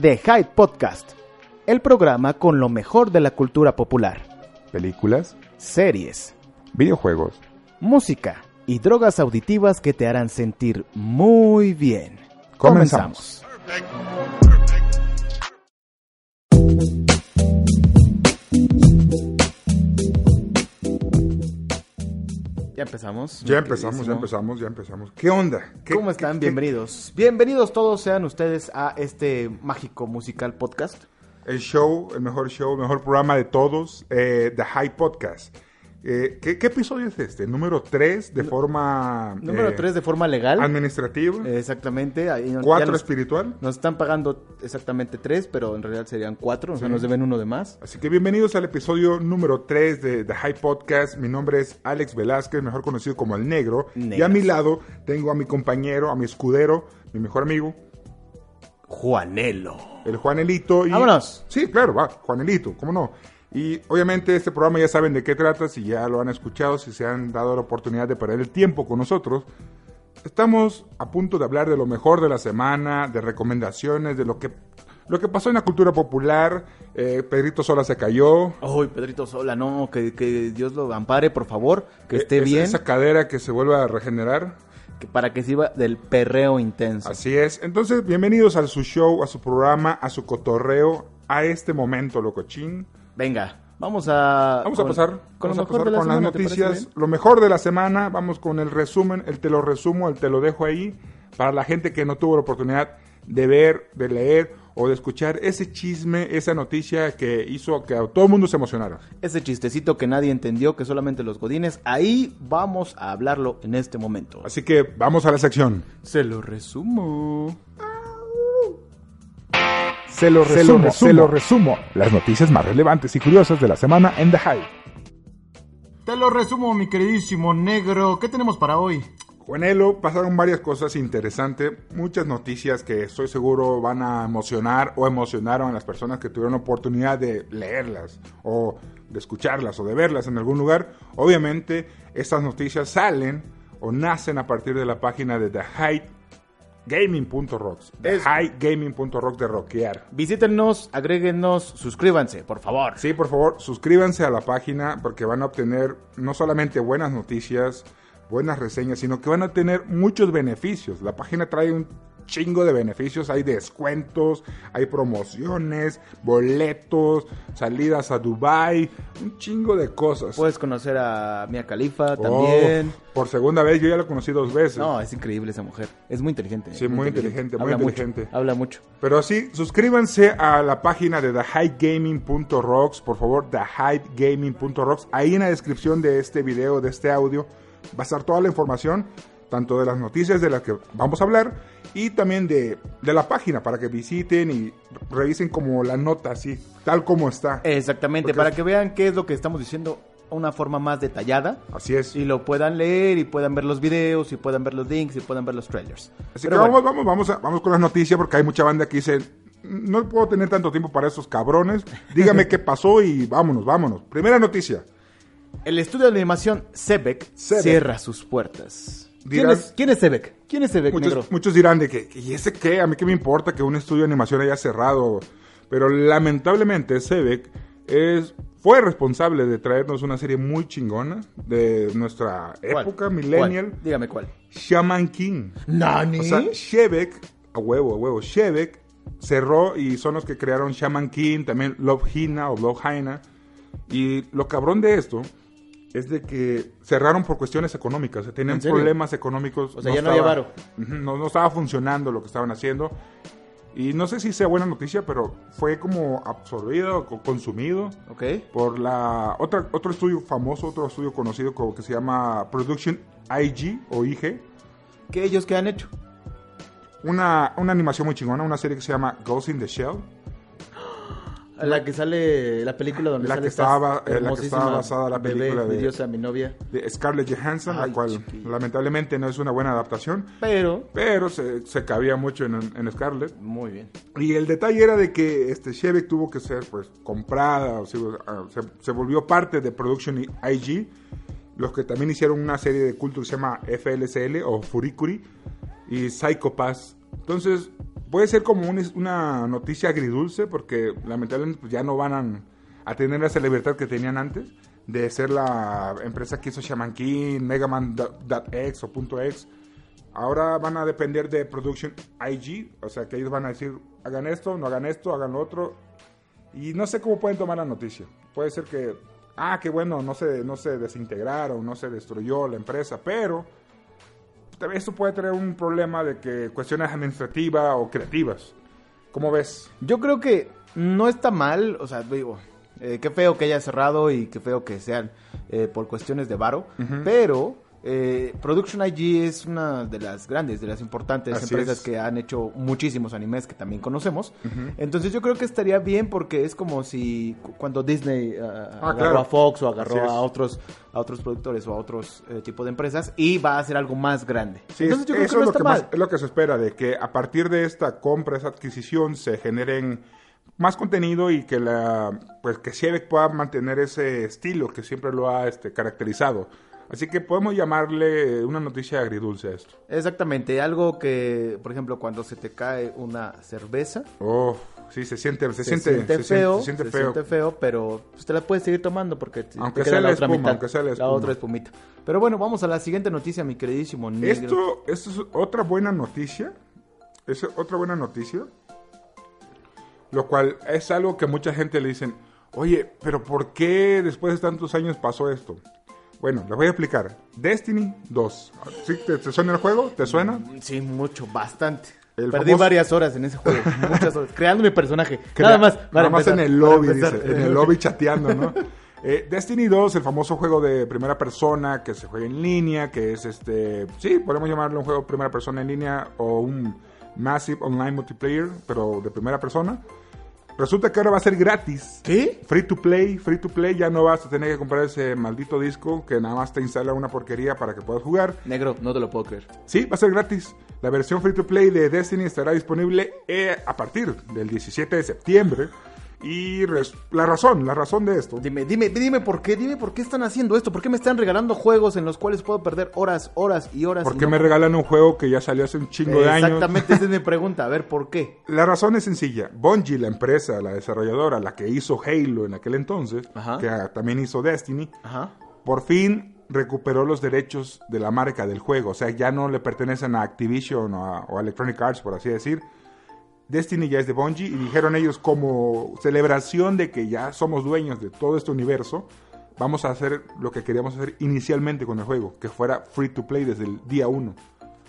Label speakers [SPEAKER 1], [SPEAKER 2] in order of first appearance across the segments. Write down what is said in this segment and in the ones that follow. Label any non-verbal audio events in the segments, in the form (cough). [SPEAKER 1] The Hype Podcast, el programa con lo mejor de la cultura popular,
[SPEAKER 2] películas,
[SPEAKER 1] series,
[SPEAKER 2] videojuegos.
[SPEAKER 1] música y drogas auditivas que te harán sentir muy bien.
[SPEAKER 2] Comenzamos.
[SPEAKER 1] Ya empezamos.
[SPEAKER 2] Ya empezamos, ya empezamos, ya empezamos. ¿Qué onda? ¿Qué-
[SPEAKER 1] ¿Cómo están?
[SPEAKER 2] qué-
[SPEAKER 1] Bienvenidos. Bienvenidos todos sean ustedes a este mágico musical podcast.
[SPEAKER 2] qué- El show, el mejor show, el mejor programa de todos, eh, The High Podcast. Eh, ¿qué, qué episodio es este? Número 3 de forma... eh,
[SPEAKER 1] Número 3 de forma
[SPEAKER 2] ah,
[SPEAKER 1] legal.
[SPEAKER 2] Administrativa.
[SPEAKER 1] Eh, Exactamente. ahí no- ya
[SPEAKER 2] 4
[SPEAKER 1] nos-
[SPEAKER 2] espiritual.
[SPEAKER 1] Nos están pagando exactamente tres, pero en realidad serían cuatro. O sea,
[SPEAKER 2] Sí.
[SPEAKER 1] nos deben uno de más.
[SPEAKER 2] Así que bienvenidos al episodio número 3 de The High Podcast. Mi nombre es Alex Velázquez, mejor conocido como El Negro.
[SPEAKER 1] Negro.
[SPEAKER 2] Y a mi lado tengo a mi compañero, a mi escudero, mi mejor amigo,
[SPEAKER 1] Juanelo.
[SPEAKER 2] el Juanelito. Y...
[SPEAKER 1] Vámonos.
[SPEAKER 2] Sí, claro, va, Juanelito, cómo no. Y obviamente este programa ya saben de qué trata, si ya lo han escuchado, si se han dado la oportunidad de perder el tiempo con nosotros. Estamos a punto de hablar de lo mejor de la semana, de recomendaciones, de lo que, lo que pasó en la cultura popular. Eh, Pedrito Sola se cayó.
[SPEAKER 1] Ay, Pedrito Sola, no, que, que Dios lo ampare, por favor, que esté
[SPEAKER 2] Esa-
[SPEAKER 1] bien,
[SPEAKER 2] E-, Esa cadera que se vuelva a regenerar.
[SPEAKER 1] que- para que sirva del perreo intenso.
[SPEAKER 2] Así es. Entonces, bienvenidos a su show, a su programa, a su cotorreo, a este momento, locochín.
[SPEAKER 1] Venga, vamos a...
[SPEAKER 2] Vamos
[SPEAKER 1] con-
[SPEAKER 2] a pasar
[SPEAKER 1] con, lo
[SPEAKER 2] vamos a
[SPEAKER 1] mejor
[SPEAKER 2] pasar
[SPEAKER 1] de la
[SPEAKER 2] con
[SPEAKER 1] semana,
[SPEAKER 2] las
[SPEAKER 1] ¿te parece
[SPEAKER 2] noticias,
[SPEAKER 1] bien?
[SPEAKER 2] lo mejor de la semana. Vamos con el resumen, el te lo resumo, el te lo dejo ahí para la gente que no tuvo la oportunidad de ver, de leer o de escuchar ese chisme, esa noticia que hizo que a todo el mundo se emocionara.
[SPEAKER 1] Ese chistecito que nadie entendió, que solamente los godines, ahí vamos a hablarlo en este momento.
[SPEAKER 2] Así que vamos a la sección.
[SPEAKER 1] Se lo resumo.
[SPEAKER 2] Se lo
[SPEAKER 3] resumo, se lo
[SPEAKER 2] resumo. Las noticias más relevantes y curiosas de la semana en The High.
[SPEAKER 3] Te lo resumo, mi queridísimo negro. ¿Qué tenemos para hoy?
[SPEAKER 2] Juanelo, pasaron varias cosas interesantes, muchas noticias que estoy seguro van a emocionar o emocionaron a las personas que tuvieron la oportunidad de leerlas o de escucharlas o de verlas en algún lugar. Obviamente, estas noticias salen o nacen a partir de la página de The High Gaming.rocks. The
[SPEAKER 1] Es-
[SPEAKER 2] High Gaming.rocks de rockear.
[SPEAKER 1] Visítenos, agréguenos, suscríbanse, por favor.
[SPEAKER 2] Sí, por favor, suscríbanse a la página porque van a obtener no solamente buenas noticias, buenas reseñas, sino que van a tener muchos beneficios. La página trae un chingo de beneficios, hay descuentos, hay promociones, boletos, salidas a Dubai, un chingo de cosas.
[SPEAKER 1] Puedes conocer a Mia Khalifa
[SPEAKER 2] Oh,
[SPEAKER 1] Pues, también.
[SPEAKER 2] por segunda vez, yo ya la conocí dos veces.
[SPEAKER 1] No, es increíble esa mujer. Es muy inteligente.
[SPEAKER 2] Sí, muy inteligente, muy
[SPEAKER 1] habla
[SPEAKER 2] inteligente.
[SPEAKER 1] Mucho, habla mucho.
[SPEAKER 2] Pero sí, suscríbanse a la página de thehypegaming.rocks, por favor, thehypegaming.rocks. Ahí en la descripción de este video, de este audio, va a estar toda la información, tanto de las noticias de las que vamos a hablar y también de, de la página para que visiten y revisen como la nota, así, tal como está.
[SPEAKER 1] Exactamente,
[SPEAKER 2] Porque
[SPEAKER 1] para
[SPEAKER 2] es-
[SPEAKER 1] que vean qué es lo que estamos diciendo de una forma más detallada.
[SPEAKER 2] Así es.
[SPEAKER 1] Y lo puedan leer y puedan ver los videos y puedan ver los links y puedan ver los trailers.
[SPEAKER 2] Así
[SPEAKER 1] Pero
[SPEAKER 2] que
[SPEAKER 1] bueno,
[SPEAKER 2] vamos, vamos, vamos, a- vamos con las noticias porque hay mucha banda que dice, no puedo tener tanto tiempo para esos cabrones,
[SPEAKER 1] (laughs)
[SPEAKER 2] dígame qué pasó y vámonos, vámonos. Primera noticia.
[SPEAKER 1] el estudio de animación Sebek
[SPEAKER 2] Sebek.
[SPEAKER 1] cierra sus puertas. ¿Quién
[SPEAKER 2] Dirás-
[SPEAKER 1] es, quién es Sebek? ¿Quién es Sebek, negro?
[SPEAKER 2] Muchos, muchos dirán de que, ¿y ese qué? A mí qué me importa que un estudio de animación haya cerrado. Pero lamentablemente Sebek es, fue responsable de traernos una serie muy chingona de nuestra
[SPEAKER 1] ¿Cuál?
[SPEAKER 2] época, millennial,
[SPEAKER 1] ¿Cuál? Dígame cuál.
[SPEAKER 2] Shaman King.
[SPEAKER 1] ¿Nani?
[SPEAKER 2] O sea, Shebek, a huevo, a huevo, Shebek cerró y son los que crearon Shaman King, también Love Hina o Love Hina. Y lo cabrón de esto es de que cerraron por cuestiones económicas, o sea, tenían
[SPEAKER 1] ¿En serio?
[SPEAKER 2] problemas económicos.
[SPEAKER 1] O sea, ya no había varo.
[SPEAKER 2] Ujú, No, no estaba funcionando lo que estaban haciendo. Y no sé si sea buena noticia, pero fue como absorbido, o co- consumido
[SPEAKER 1] ok.
[SPEAKER 2] por la otra, otro estudio famoso, otro estudio conocido como que se llama Production IG o IG
[SPEAKER 1] ¿Qué ellos qué han hecho?
[SPEAKER 2] una, una animación muy chingona, una serie que se llama Ghost in the Shell,
[SPEAKER 1] La que sale, la película donde
[SPEAKER 2] La
[SPEAKER 1] sale
[SPEAKER 2] que
[SPEAKER 1] esta
[SPEAKER 2] estaba- eh, la que
[SPEAKER 1] hermosísima
[SPEAKER 2] estaba basada la
[SPEAKER 1] bebé,
[SPEAKER 2] película de-
[SPEAKER 1] mi diosa, mi novia.
[SPEAKER 2] de Scarlett Johansson,
[SPEAKER 1] Ay,
[SPEAKER 2] la cual
[SPEAKER 1] chiquillo.
[SPEAKER 2] lamentablemente no es una buena adaptación,
[SPEAKER 1] Pero,
[SPEAKER 2] pero se, se cabía mucho en, en Scarlett.
[SPEAKER 1] muy bien.
[SPEAKER 2] Y el detalle era de que este Shevek tuvo que ser pues comprada, o sea, ah, se, se volvió parte de Production IG, los que también hicieron una serie de culto que se llama FLCL o Furikuri y Psychopass. Entonces, puede ser como un- una noticia agridulce, porque lamentablemente pues, ya no van a, a tener esa libertad que tenían antes de ser la empresa que hizo Shaman King, Megaman.x o punto .x. Ahora van a depender de Production IG, o sea que ellos van a decir, hagan esto, no hagan esto, hagan lo otro. Y no sé cómo pueden tomar la noticia. Puede ser que, ah, qué bueno, no se, no se desintegraron, no se destruyó la empresa, pero tal vez esto puede traer un problema de que cuestiones administrativas o creativas. ¿Cómo ves?
[SPEAKER 1] Yo creo que no está mal, o sea, digo, eh, qué feo que haya cerrado y qué feo que sean eh, por cuestiones de varo, pero eh, Production IG es una de las grandes, de las importantes
[SPEAKER 2] Así
[SPEAKER 1] empresas
[SPEAKER 2] es.
[SPEAKER 1] que han hecho muchísimos animes que también conocemos. Entonces yo creo que estaría bien porque es como si cu- cuando Disney ah,
[SPEAKER 2] Ah,
[SPEAKER 1] agarró
[SPEAKER 2] claro.
[SPEAKER 1] a Fox o agarró
[SPEAKER 2] Así es.
[SPEAKER 1] a otros a otros productores o a otros eh, tipo de empresas y va a hacer algo más grande.
[SPEAKER 2] Sí,
[SPEAKER 1] Entonces yo creo
[SPEAKER 2] eso
[SPEAKER 1] que no
[SPEAKER 2] es, lo
[SPEAKER 1] está
[SPEAKER 2] que
[SPEAKER 1] mal.
[SPEAKER 2] más- es lo que se espera, de que a partir de esta compra, esa adquisición, se generen más contenido y que la pues que Shebeck pueda mantener ese estilo que siempre lo ha este, caracterizado. Así que podemos llamarle una noticia agridulce a esto.
[SPEAKER 1] Exactamente, algo que, por ejemplo, cuando se te cae una cerveza,
[SPEAKER 2] Oh, sí, se siente, se, siente, se siente-
[SPEAKER 1] feo,
[SPEAKER 2] se siente
[SPEAKER 1] se
[SPEAKER 2] feo.
[SPEAKER 1] siente feo, pero pues, te la puedes seguir tomando porque te- te
[SPEAKER 2] Aunque
[SPEAKER 1] queda
[SPEAKER 2] sea la
[SPEAKER 1] otra
[SPEAKER 2] espuma,
[SPEAKER 1] mitad,
[SPEAKER 2] aunque sea la espuma.
[SPEAKER 1] otra espumita. Pero bueno, vamos a la siguiente noticia, mi queridísimo negro.
[SPEAKER 2] Esto, esto es otra buena noticia. Es otra buena noticia. Lo cual es algo que mucha gente le dicen, oye, pero ¿por qué después de tantos años pasó esto? Bueno, les voy a explicar. Destiny 2. ¿Sí? ¿Te, te suena el juego? ¿Te suena?
[SPEAKER 1] Sí, mucho, bastante.
[SPEAKER 2] El
[SPEAKER 1] Perdí
[SPEAKER 2] famoso-
[SPEAKER 1] varias horas en ese
[SPEAKER 2] (laughs)
[SPEAKER 1] juego, muchas horas, creando mi personaje.
[SPEAKER 2] Que
[SPEAKER 1] nada
[SPEAKER 2] na-
[SPEAKER 1] más, para
[SPEAKER 2] Nada más
[SPEAKER 1] empezar,
[SPEAKER 2] en el
[SPEAKER 1] para
[SPEAKER 2] lobby,
[SPEAKER 1] empezar.
[SPEAKER 2] dice, En el lobby
[SPEAKER 1] (laughs)
[SPEAKER 2] chateando, ¿no? Eh, Destiny 2, el famoso juego de primera persona que se juega en línea, que es este. Sí, podemos llamarlo un juego de primera persona en línea o un Massive Online Multiplayer, pero de primera persona. Resulta que ahora va a ser gratis.
[SPEAKER 1] ¿Qué?
[SPEAKER 2] Free to play, free to play, ya no vas a tener que comprar ese maldito disco que nada más te instala una porquería para que puedas jugar.
[SPEAKER 1] Negro, no te lo puedo creer.
[SPEAKER 2] Sí, va a ser gratis. La versión free to play de Destiny estará disponible eh, a partir del 17 de septiembre. Y res- la razón, la razón de esto.
[SPEAKER 1] Dime, dime, dime por qué, dime por qué están haciendo esto, por qué me están regalando juegos en los cuales puedo perder horas, horas y horas.
[SPEAKER 2] ¿Por
[SPEAKER 1] y
[SPEAKER 2] qué
[SPEAKER 1] no-
[SPEAKER 2] me regalan un juego que ya salió hace un chingo de años?
[SPEAKER 1] Exactamente, esa es mi pregunta, a ver, ¿por qué?
[SPEAKER 2] La razón es sencilla. Bungie, la empresa, la desarrolladora, la que hizo Halo en aquel entonces,
[SPEAKER 1] Ajá.
[SPEAKER 2] que ah, también hizo Destiny,
[SPEAKER 1] Ajá.
[SPEAKER 2] por fin recuperó los derechos de la marca del juego. O sea, ya no le pertenecen a Activision o a, o a Electronic Arts, por así decir. Destiny ya es de Bungie y dijeron ellos como celebración de que ya somos dueños de todo este universo, vamos a hacer lo que queríamos hacer inicialmente con el juego, que fuera free to play desde el día 1.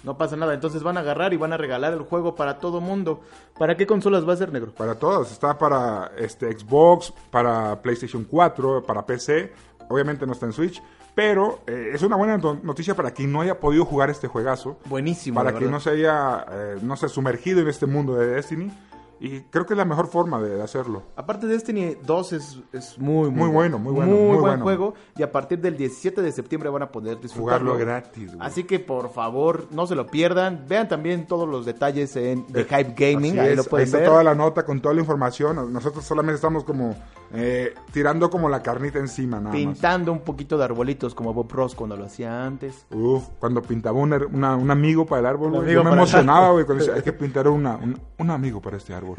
[SPEAKER 1] No pasa nada, entonces van a agarrar y van a regalar el juego para todo mundo. ¿Para qué consolas va a ser negro?
[SPEAKER 2] Para todas, está para este, Xbox, para PlayStation 4, para PC, obviamente no está en Switch, pero eh, es una buena no- noticia para quien no haya podido jugar este juegazo.
[SPEAKER 1] Buenísimo.
[SPEAKER 2] para
[SPEAKER 1] la
[SPEAKER 2] que
[SPEAKER 1] verdad.
[SPEAKER 2] no se haya, eh, no sé, sumergido en este mundo de Destiny. Y creo que es la mejor forma de hacerlo.
[SPEAKER 1] Aparte Destiny 2 es, es muy,
[SPEAKER 2] Muy bueno, muy bueno,
[SPEAKER 1] Muy,
[SPEAKER 2] muy
[SPEAKER 1] buen
[SPEAKER 2] bueno.
[SPEAKER 1] juego y a partir del 17 de septiembre van a poder disfrutarlo.
[SPEAKER 2] Jugarlo gratis, güey.
[SPEAKER 1] Así que por favor, no se lo pierdan. Vean también todos los detalles en The
[SPEAKER 2] Eh,
[SPEAKER 1] Hype Gaming,
[SPEAKER 2] Así
[SPEAKER 1] ahí
[SPEAKER 2] es,
[SPEAKER 1] lo pueden
[SPEAKER 2] está
[SPEAKER 1] ver.
[SPEAKER 2] toda la nota con toda la información. Nosotros solamente estamos como eh, tirando como la carnita encima, nada más.
[SPEAKER 1] Pintando un poquito de arbolitos como Bob Ross cuando lo hacía antes.
[SPEAKER 2] Uf, cuando pintaba un, her- una- un amigo para el árbol,
[SPEAKER 1] Un
[SPEAKER 2] güey,
[SPEAKER 1] amigo
[SPEAKER 2] yo me
[SPEAKER 1] para el
[SPEAKER 2] emocionaba,
[SPEAKER 1] árbol.
[SPEAKER 2] güey,
[SPEAKER 1] (laughs)
[SPEAKER 2] cuando decía, hay que pintar una, un, un amigo para este árbol.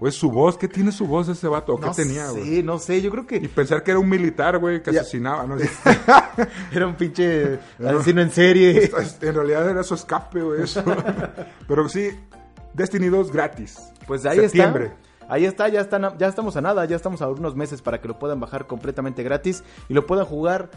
[SPEAKER 2] Güey, su voz, ¿qué tiene su voz ese vato? ¿Qué
[SPEAKER 1] no
[SPEAKER 2] tenía,
[SPEAKER 1] sé,
[SPEAKER 2] güey?
[SPEAKER 1] no sé, yo creo
[SPEAKER 2] Y
[SPEAKER 1] que
[SPEAKER 2] pensar que era un militar, güey, que
[SPEAKER 1] Ya.
[SPEAKER 2] asesinaba.
[SPEAKER 1] (laughs)
[SPEAKER 2] ¿no?
[SPEAKER 1] era un pinche asesino en serie. (laughs)
[SPEAKER 2] Pues, En realidad era su escape o eso. Pero sí, Destiny 2 gratis.
[SPEAKER 1] Pues ahí
[SPEAKER 2] Septiembre.
[SPEAKER 1] está. Ahí está, ya están, ya estamos a nada, ya estamos a unos meses para que lo puedan bajar completamente gratis y lo puedan jugar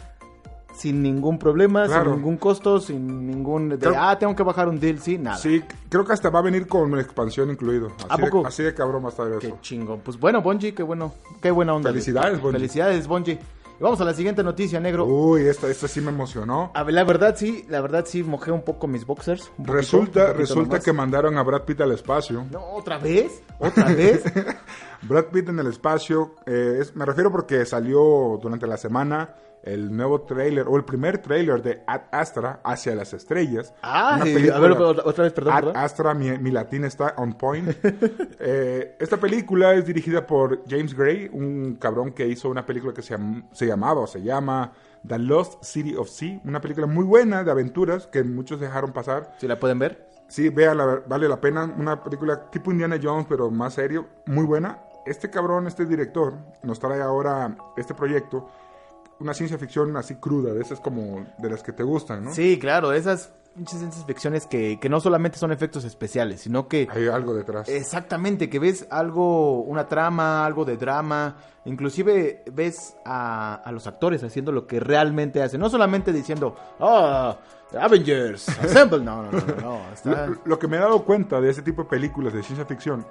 [SPEAKER 1] sin ningún problema,
[SPEAKER 2] Claro.
[SPEAKER 1] sin ningún costo, sin ningún de,
[SPEAKER 2] Creo-
[SPEAKER 1] ah, tengo que bajar un DLC, nada.
[SPEAKER 2] Sí, creo que hasta va a venir con una expansión incluido. Así,
[SPEAKER 1] ¿A poco?
[SPEAKER 2] De, así de cabrón va a estar
[SPEAKER 1] Qué
[SPEAKER 2] eso.
[SPEAKER 1] chingón. Pues bueno, Bonji, qué bueno, qué buena onda.
[SPEAKER 2] Felicidades, Bungie. Uh.
[SPEAKER 1] Felicidades, Bonji. Y vamos a la siguiente noticia, negro.
[SPEAKER 2] Uy, esta, esta sí me emocionó.
[SPEAKER 1] A ver, la verdad sí, la verdad sí mojé un poco mis boxers. Ah, un poquito, un
[SPEAKER 2] Resulta,
[SPEAKER 1] poquito
[SPEAKER 2] resulta
[SPEAKER 1] nomás.
[SPEAKER 2] que mandaron a Brad Pitt al espacio.
[SPEAKER 1] no, otra vez, otra
[SPEAKER 2] (laughs)
[SPEAKER 1] vez.
[SPEAKER 2] Brad Pitt en el espacio, eh, es- me refiero porque salió durante la semana el nuevo tráiler o el primer tráiler de Ad Astra hacia las estrellas.
[SPEAKER 1] Ah,
[SPEAKER 2] Una
[SPEAKER 1] sí,
[SPEAKER 2] película- Ah,
[SPEAKER 1] a ver, otra- otra vez, perdón,
[SPEAKER 2] Ad
[SPEAKER 1] perdón.
[SPEAKER 2] Astra, mi, mi latín está on
[SPEAKER 1] (laughs)
[SPEAKER 2] point. Eh, esta película es dirigida por James Gray, un cabrón que hizo una película que se, llam- se llamaba o se llama The Lost City of Sea, una película muy buena de aventuras que muchos dejaron pasar.
[SPEAKER 1] Si la pueden ver.
[SPEAKER 2] Sí, vea, vale la pena. Una película tipo Indiana Jones, pero más serio. Muy buena. Este cabrón, este director, nos trae ahora este proyecto. Una ciencia ficción así cruda, de esas como de las que te gustan, ¿no?
[SPEAKER 1] Sí, claro, esas pinches ciencias ficciones que, que no solamente son efectos especiales, sino que
[SPEAKER 2] Hay algo detrás.
[SPEAKER 1] Eh, Exactamente, que ves algo, una trama, algo de drama, inclusive ves a, a los actores haciendo lo que realmente hacen, no solamente diciendo, ah,
[SPEAKER 2] (laughs)
[SPEAKER 1] Avengers, Assemble, no, no, no, no, no, está-
[SPEAKER 2] Lo, lo que me he dado cuenta de ese tipo de películas de ciencia ficción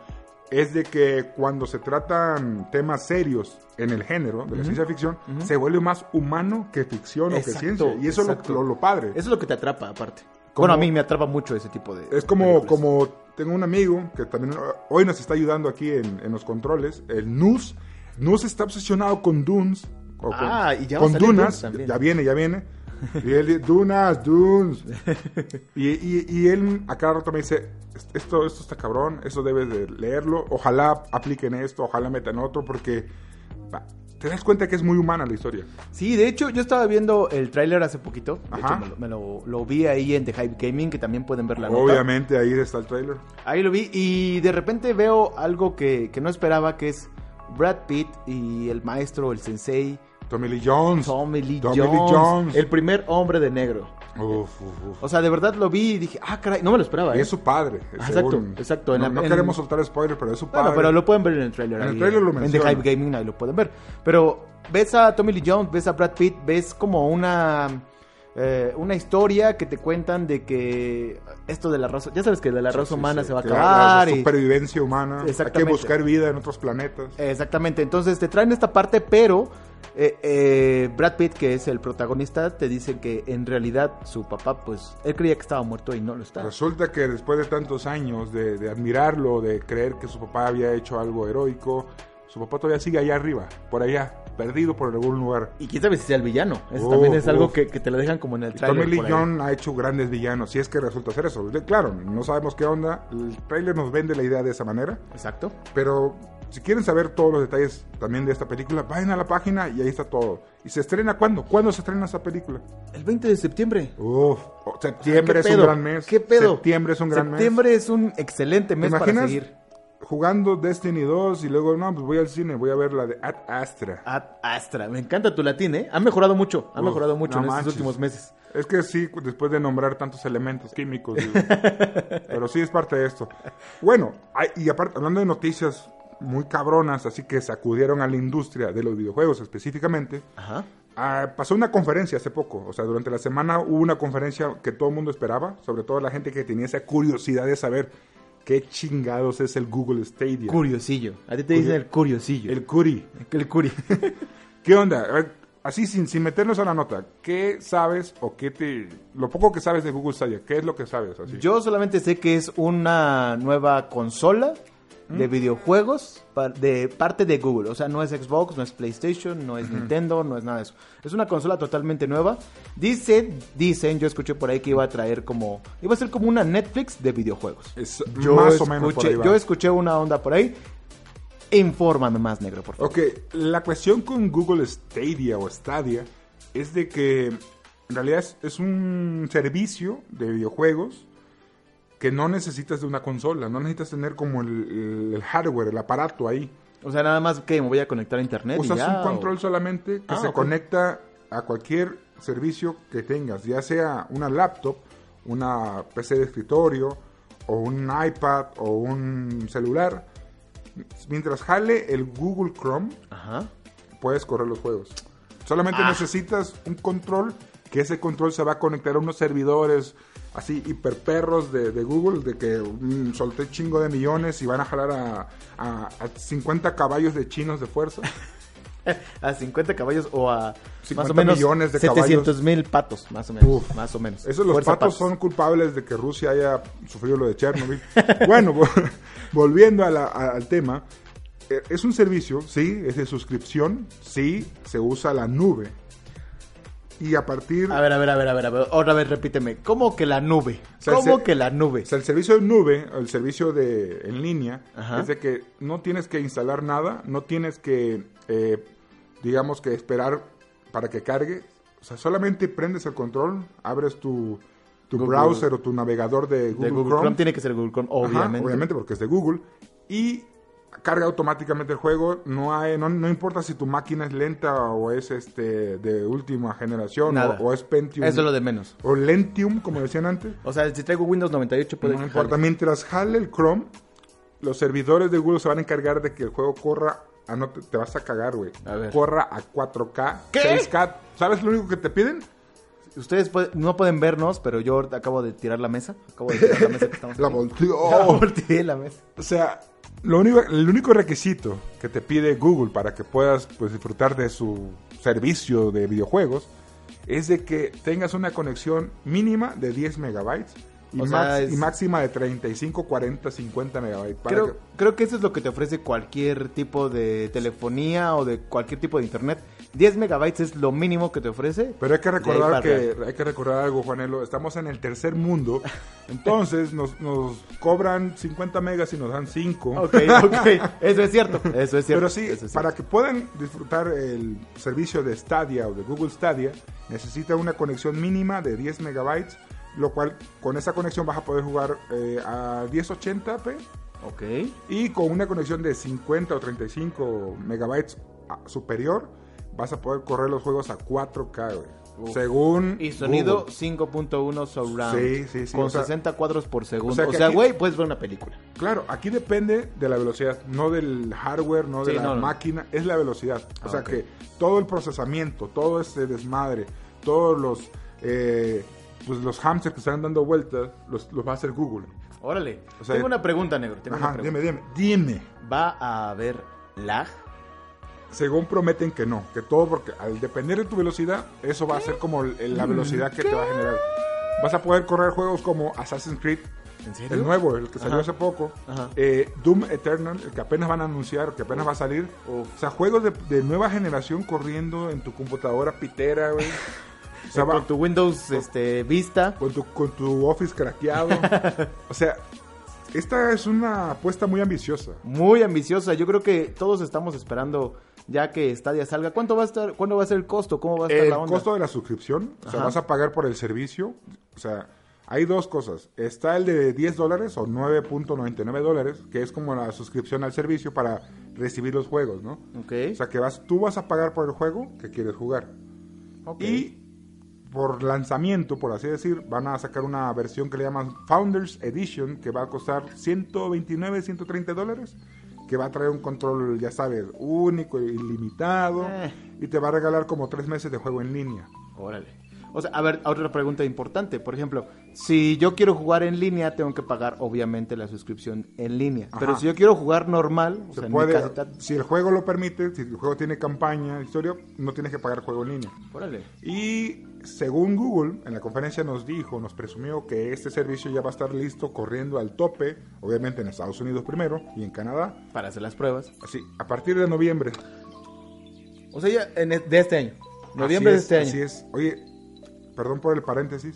[SPEAKER 2] es de que cuando se tratan temas serios en el género de la ciencia ficción, se vuelve más humano que ficción o que
[SPEAKER 1] Exacto,
[SPEAKER 2] ciencia. Y eso es lo,
[SPEAKER 1] exacto.
[SPEAKER 2] lo- lo padre.
[SPEAKER 1] eso es lo que te atrapa aparte.
[SPEAKER 2] Como-
[SPEAKER 1] Bueno, a mí me atrapa mucho ese tipo de...
[SPEAKER 2] Es como,
[SPEAKER 1] películas.
[SPEAKER 2] como tengo un amigo que también ah, hoy nos está ayudando aquí en, en los controles, el Nus. Nus está obsesionado con Dunes. o con,
[SPEAKER 1] Ah, y ya va
[SPEAKER 2] con
[SPEAKER 1] a salir
[SPEAKER 2] Dunas.
[SPEAKER 1] Dunes también.
[SPEAKER 2] ya viene, ya viene. Y él, Dunas, Dunes. Y, y- y él a cada rato me dice, esto, esto está cabrón, eso debes de leerlo, ojalá apliquen esto, ojalá metan otro, porque va, te das cuenta que es muy humana la historia.
[SPEAKER 1] Sí, de hecho, yo estaba viendo el tráiler hace poquito. De
[SPEAKER 2] Ajá.
[SPEAKER 1] hecho, me, lo, me lo- lo vi ahí en The Hype Gaming, que también pueden ver la nota.
[SPEAKER 2] Obviamente ahí está el trailer.
[SPEAKER 1] Ahí lo vi y de repente veo algo que, que no esperaba, que es Brad Pitt y el maestro, el sensei,
[SPEAKER 2] Tommy Lee Jones.
[SPEAKER 1] Tommy Lee,
[SPEAKER 2] Tommy
[SPEAKER 1] Jones,
[SPEAKER 2] Lee Jones.
[SPEAKER 1] el primer hombre de negro.
[SPEAKER 2] Uf, uf, uf.
[SPEAKER 1] O sea, de verdad lo vi y dije, ah, caray, no me lo esperaba. ¿eh?
[SPEAKER 2] Es su padre.
[SPEAKER 1] Exacto,
[SPEAKER 2] seguro.
[SPEAKER 1] exacto, en
[SPEAKER 2] no
[SPEAKER 1] la-
[SPEAKER 2] no
[SPEAKER 1] en-
[SPEAKER 2] queremos soltar spoiler, pero es su padre.
[SPEAKER 1] Bueno, pero lo pueden ver en el tráiler.
[SPEAKER 2] En el
[SPEAKER 1] ahí,
[SPEAKER 2] tráiler lo
[SPEAKER 1] En The
[SPEAKER 2] menciona.
[SPEAKER 1] Hype Gaming ahí lo pueden ver. Pero ves a Tommy Lee Jones, ves a Brad Pitt, ves como una eh, una historia que te cuentan de que esto de la raza, ya sabes que de la raza
[SPEAKER 2] Sí,
[SPEAKER 1] humana
[SPEAKER 2] sí,
[SPEAKER 1] se va a
[SPEAKER 2] que la- la-
[SPEAKER 1] acabar.
[SPEAKER 2] La,
[SPEAKER 1] y-
[SPEAKER 2] supervivencia humana. Hay que
[SPEAKER 1] Exactamente.
[SPEAKER 2] buscar vida en otros planetas.
[SPEAKER 1] Exactamente, entonces te traen esta parte, pero eh, eh, Brad Pitt, que es el protagonista, te dice que en realidad su papá, pues, él creía que estaba muerto y no lo está.
[SPEAKER 2] Resulta que después de tantos años de, de admirarlo, de creer que su papá había hecho algo heroico, su papá todavía sigue allá arriba, por allá, perdido por algún lugar.
[SPEAKER 1] Y quién sabe si sea el villano. Eso
[SPEAKER 2] Uf,
[SPEAKER 1] también es algo
[SPEAKER 2] uf.
[SPEAKER 1] que, que te lo dejan como en el
[SPEAKER 2] Y
[SPEAKER 1] trailer.
[SPEAKER 2] Tommy Lee Jones ha hecho grandes villanos, si es que resulta ser eso. De- Claro, no sabemos qué onda. El trailer nos vende la idea de esa manera.
[SPEAKER 1] Exacto.
[SPEAKER 2] Pero si quieren saber todos los detalles también de esta película, vayan a la página y ahí está todo. ¿Y se estrena cuándo? ¿Cuándo se estrena esta película?
[SPEAKER 1] El 20 de septiembre. Ah,
[SPEAKER 2] Uf, o- septiembre
[SPEAKER 1] ¿Qué
[SPEAKER 2] es
[SPEAKER 1] pedo?
[SPEAKER 2] un gran mes.
[SPEAKER 1] ¿Qué pedo?
[SPEAKER 2] Septiembre es un gran
[SPEAKER 1] Septiembre es un excelente
[SPEAKER 2] mes.
[SPEAKER 1] mes para seguir.
[SPEAKER 2] jugando Destiny 2 y luego, no, pues voy al cine, voy a ver la de Ad Astra?
[SPEAKER 1] Ad Ah, Astra, me encanta tu latín, ¿eh? Ha mejorado mucho, ha
[SPEAKER 2] Uf,
[SPEAKER 1] mejorado mucho
[SPEAKER 2] no
[SPEAKER 1] en
[SPEAKER 2] manches.
[SPEAKER 1] estos últimos meses.
[SPEAKER 2] Es que sí, después de nombrar tantos elementos químicos.
[SPEAKER 1] (laughs)
[SPEAKER 2] digo. Pero sí es parte de esto. Bueno, hay- y aparte, hablando de noticias muy cabronas, así que sacudieron a la industria de los videojuegos específicamente.
[SPEAKER 1] Ajá.
[SPEAKER 2] Ah, pasó una conferencia hace poco, o sea, durante la semana hubo una conferencia que todo el mundo esperaba, sobre todo la gente que tenía esa curiosidad de saber qué chingados es el Google Stadia.
[SPEAKER 1] Curiosillo. A ti te dicen el curiosillo.
[SPEAKER 2] El Curi.
[SPEAKER 1] el curi.
[SPEAKER 2] ¿Qué onda? A ver, Así sin, sin meternos a la nota, ¿qué sabes o qué te... Lo poco que sabes de Google Stadia, ¿qué es lo que sabes? Así?
[SPEAKER 1] Yo solamente sé que es una nueva consola
[SPEAKER 2] ¿Mm?
[SPEAKER 1] de videojuegos pa- de parte de Google. O sea, no es Xbox, no es PlayStation, no es Nintendo, no es nada de eso. Es una consola totalmente nueva. Dicen, dicen, yo escuché por ahí que iba a traer como... Iba a ser como una Netflix de videojuegos.
[SPEAKER 2] Es Eh, más o menos por
[SPEAKER 1] escuché-
[SPEAKER 2] ahí va.
[SPEAKER 1] Yo escuché una onda por ahí. Infórmame más, negro, por favor.
[SPEAKER 2] Ok, la cuestión con Google Stadia o Stadia es de que en realidad es, es un servicio de videojuegos que no necesitas de una consola, no necesitas tener como el, el- el hardware, el aparato ahí.
[SPEAKER 1] O sea, nada más que me voy a conectar a internet. y
[SPEAKER 2] Usas
[SPEAKER 1] ya,
[SPEAKER 2] un control
[SPEAKER 1] o-
[SPEAKER 2] solamente que
[SPEAKER 1] Ah,
[SPEAKER 2] se
[SPEAKER 1] ok.
[SPEAKER 2] conecta a cualquier servicio que tengas, ya sea una laptop, una PC de escritorio, o un iPad, o un celular. Mientras jale el Google Chrome,
[SPEAKER 1] Ajá.
[SPEAKER 2] puedes correr los juegos. Solamente
[SPEAKER 1] Ah.
[SPEAKER 2] necesitas un control, que ese control se va a conectar a unos servidores así hiperperros de, de Google, de que mm, solté chingo de millones y van a jalar a, a- a 50 caballos de chinos
[SPEAKER 1] (laughs)
[SPEAKER 2] de fuerza.
[SPEAKER 1] A 50 caballos o a
[SPEAKER 2] 50
[SPEAKER 1] más o menos
[SPEAKER 2] millones de
[SPEAKER 1] 700 mil patos, más o menos.
[SPEAKER 2] Uf.
[SPEAKER 1] más o menos.
[SPEAKER 2] Esos los
[SPEAKER 1] Fuerza
[SPEAKER 2] patos son culpables de que Rusia haya sufrido lo de Chernobyl. (laughs) bueno, vol- (laughs) volviendo a la- a- al tema, eh, es un servicio, sí, es de suscripción, sí, se usa la nube. Y a partir
[SPEAKER 1] A ver, a ver, a ver, a ver, a ver. Otra vez repíteme. ¿Cómo que la nube?
[SPEAKER 2] sea,
[SPEAKER 1] ¿Cómo
[SPEAKER 2] se-
[SPEAKER 1] que la nube?
[SPEAKER 2] O sea, el servicio de nube, el servicio de en línea,
[SPEAKER 1] Ajá.
[SPEAKER 2] es de que no tienes que instalar nada, no tienes que, eh, digamos que esperar para que cargue. O sea, solamente prendes el control, abres tu, tu
[SPEAKER 1] Google.
[SPEAKER 2] browser o tu navegador de Google,
[SPEAKER 1] de Google Chrome.
[SPEAKER 2] Chrome.
[SPEAKER 1] tiene que ser Google Chrome,
[SPEAKER 2] Ajá,
[SPEAKER 1] obviamente.
[SPEAKER 2] porque es de Google. Y carga automáticamente el juego. No, hay, no, no importa si tu máquina es lenta o es este de última generación o,
[SPEAKER 1] Nada.
[SPEAKER 2] o es Pentium.
[SPEAKER 1] Eso es lo de menos.
[SPEAKER 2] O Lentium, como decían antes.
[SPEAKER 1] O sea, si traigo Windows 98, puede
[SPEAKER 2] No importa. Mientras jale el Chrome, los servidores de Google se van a encargar de que el juego corra. Ah, no, te, te vas a cagar, güey.
[SPEAKER 1] A ver.
[SPEAKER 2] Corra a 4K,
[SPEAKER 1] ¿Qué?
[SPEAKER 2] 6K. ¿Sabes lo único que te piden?
[SPEAKER 1] Ustedes puede- no pueden vernos, pero yo ahorita acabo de tirar la mesa. Acabo de tirar la mesa que estamos.
[SPEAKER 2] (laughs) La
[SPEAKER 1] aquí.
[SPEAKER 2] volteó.
[SPEAKER 1] Ya volteé (laughs) la mesa.
[SPEAKER 2] O sea, lo único, el único requisito que te pide Google para que puedas pues, disfrutar de su servicio de videojuegos es de que tengas una conexión mínima de 10 megabytes y,
[SPEAKER 1] O
[SPEAKER 2] max-
[SPEAKER 1] sea, es-
[SPEAKER 2] y máxima de 35, 40, 50 megabytes. para
[SPEAKER 1] Creo,
[SPEAKER 2] que-
[SPEAKER 1] creo que eso es lo que te ofrece cualquier tipo de telefonía o de cualquier tipo de internet. 10 megabytes es lo mínimo que te ofrece.
[SPEAKER 2] Pero hay que
[SPEAKER 1] De
[SPEAKER 2] recordar
[SPEAKER 1] ahí para
[SPEAKER 2] que hay que recordar algo, Juanelo. Estamos en el tercer mundo, entonces nos, nos cobran 50 megas y nos dan 5.
[SPEAKER 1] Ok,
[SPEAKER 2] (laughs)
[SPEAKER 1] ok. Eso es cierto. Eso es cierto.
[SPEAKER 2] Pero sí,
[SPEAKER 1] eso es
[SPEAKER 2] para
[SPEAKER 1] cierto.
[SPEAKER 2] que puedan disfrutar el servicio de Stadia o de Google Stadia, necesita una conexión mínima de 10 megabytes, lo cual con esa conexión vas a poder jugar eh, a 1080p
[SPEAKER 1] Ok.
[SPEAKER 2] y con una conexión de 50 o 35 megabytes a- superior vas a poder correr los juegos a 4K, güey.
[SPEAKER 1] Uf.
[SPEAKER 2] Según
[SPEAKER 1] Y sonido
[SPEAKER 2] Google.
[SPEAKER 1] 5.1 surround.
[SPEAKER 2] Sí, sí, sí,
[SPEAKER 1] Con
[SPEAKER 2] o sea-
[SPEAKER 1] 60 cuadros por segundo.
[SPEAKER 2] o sea
[SPEAKER 1] O
[SPEAKER 2] que
[SPEAKER 1] sea,
[SPEAKER 2] aquí-
[SPEAKER 1] güey, puedes ver una película.
[SPEAKER 2] Claro, aquí depende de la velocidad, no del hardware, no de
[SPEAKER 1] Sí,
[SPEAKER 2] la
[SPEAKER 1] no, no.
[SPEAKER 2] máquina, es la velocidad. O
[SPEAKER 1] Ah,
[SPEAKER 2] sea
[SPEAKER 1] ok.
[SPEAKER 2] que todo el procesamiento, todo ese desmadre, todos los eh, pues los hamsters que están dando vueltas, los, los va a hacer Google.
[SPEAKER 1] Órale.
[SPEAKER 2] O sea-
[SPEAKER 1] tengo una pregunta, negro. Tengo
[SPEAKER 2] Ajá,
[SPEAKER 1] una pregunta.
[SPEAKER 2] dime, dime, dime.
[SPEAKER 1] ¿Va a haber lag?
[SPEAKER 2] Según prometen que no, que todo porque al depender de tu velocidad, eso va a ser como el- la velocidad que te va a generar. Vas a poder correr juegos como Assassin's Creed
[SPEAKER 1] ¿En serio?
[SPEAKER 2] El nuevo, el que salió
[SPEAKER 1] Ajá.
[SPEAKER 2] hace poco.
[SPEAKER 1] Ajá.
[SPEAKER 2] Eh, Doom Eternal, el que apenas van a anunciar, que apenas va a salir.
[SPEAKER 1] Uf.
[SPEAKER 2] O sea, juegos de, de nueva generación corriendo en tu computadora
[SPEAKER 1] (laughs)
[SPEAKER 2] pitera, güey. O sea,
[SPEAKER 1] Eh,
[SPEAKER 2] va-
[SPEAKER 1] con tu Windows
[SPEAKER 2] Ah.
[SPEAKER 1] este, Vista.
[SPEAKER 2] con tu, con tu
[SPEAKER 1] (laughs)
[SPEAKER 2] Office craqueado. o sea, esta es una apuesta muy ambiciosa.
[SPEAKER 1] Muy ambiciosa. Yo creo que todos estamos esperando ya que Stadia salga. ¿Cuánto va a estar? ¿Cuándo va a ser el costo? ¿Cómo va a estar
[SPEAKER 2] El
[SPEAKER 1] la onda?
[SPEAKER 2] costo de la suscripción, o sea,
[SPEAKER 1] Ajá.
[SPEAKER 2] vas a pagar por el servicio. O sea, hay dos cosas. Está el de 10 dólares o 9.99 dólares, que es como la suscripción al servicio para recibir los juegos, ¿no?
[SPEAKER 1] Ok.
[SPEAKER 2] O sea, que vas, tú vas a pagar por el juego que quieres jugar.
[SPEAKER 1] Ok.
[SPEAKER 2] Y por lanzamiento, por así decir, van a sacar una versión que le llaman Founders Edition, que va a costar 129, 130 dólares, que va a traer un control, ya sabes, único, ilimitado,
[SPEAKER 1] Eh.
[SPEAKER 2] y te va a regalar como tres meses de juego en línea.
[SPEAKER 1] Órale. O sea, a ver, otra pregunta importante. Por ejemplo, si yo quiero jugar en línea, tengo que pagar obviamente la suscripción en línea. Pero
[SPEAKER 2] Ajá.
[SPEAKER 1] si yo quiero jugar normal, o
[SPEAKER 2] Se
[SPEAKER 1] sea, en mi
[SPEAKER 2] puede,
[SPEAKER 1] casita-
[SPEAKER 2] si el juego lo permite, si el juego tiene campaña, historia, no tienes que pagar juego en línea.
[SPEAKER 1] Órale.
[SPEAKER 2] Y según Google, en la conferencia nos dijo, nos presumió que este servicio ya va a estar listo corriendo al tope, obviamente en Estados Unidos primero y en Canadá,
[SPEAKER 1] Para hacer las pruebas.
[SPEAKER 2] así, a partir de noviembre.
[SPEAKER 1] O sea, ya en e- de este año. Noviembre
[SPEAKER 2] Así
[SPEAKER 1] de este
[SPEAKER 2] es,
[SPEAKER 1] año.
[SPEAKER 2] Así es. Oye, perdón por el paréntesis.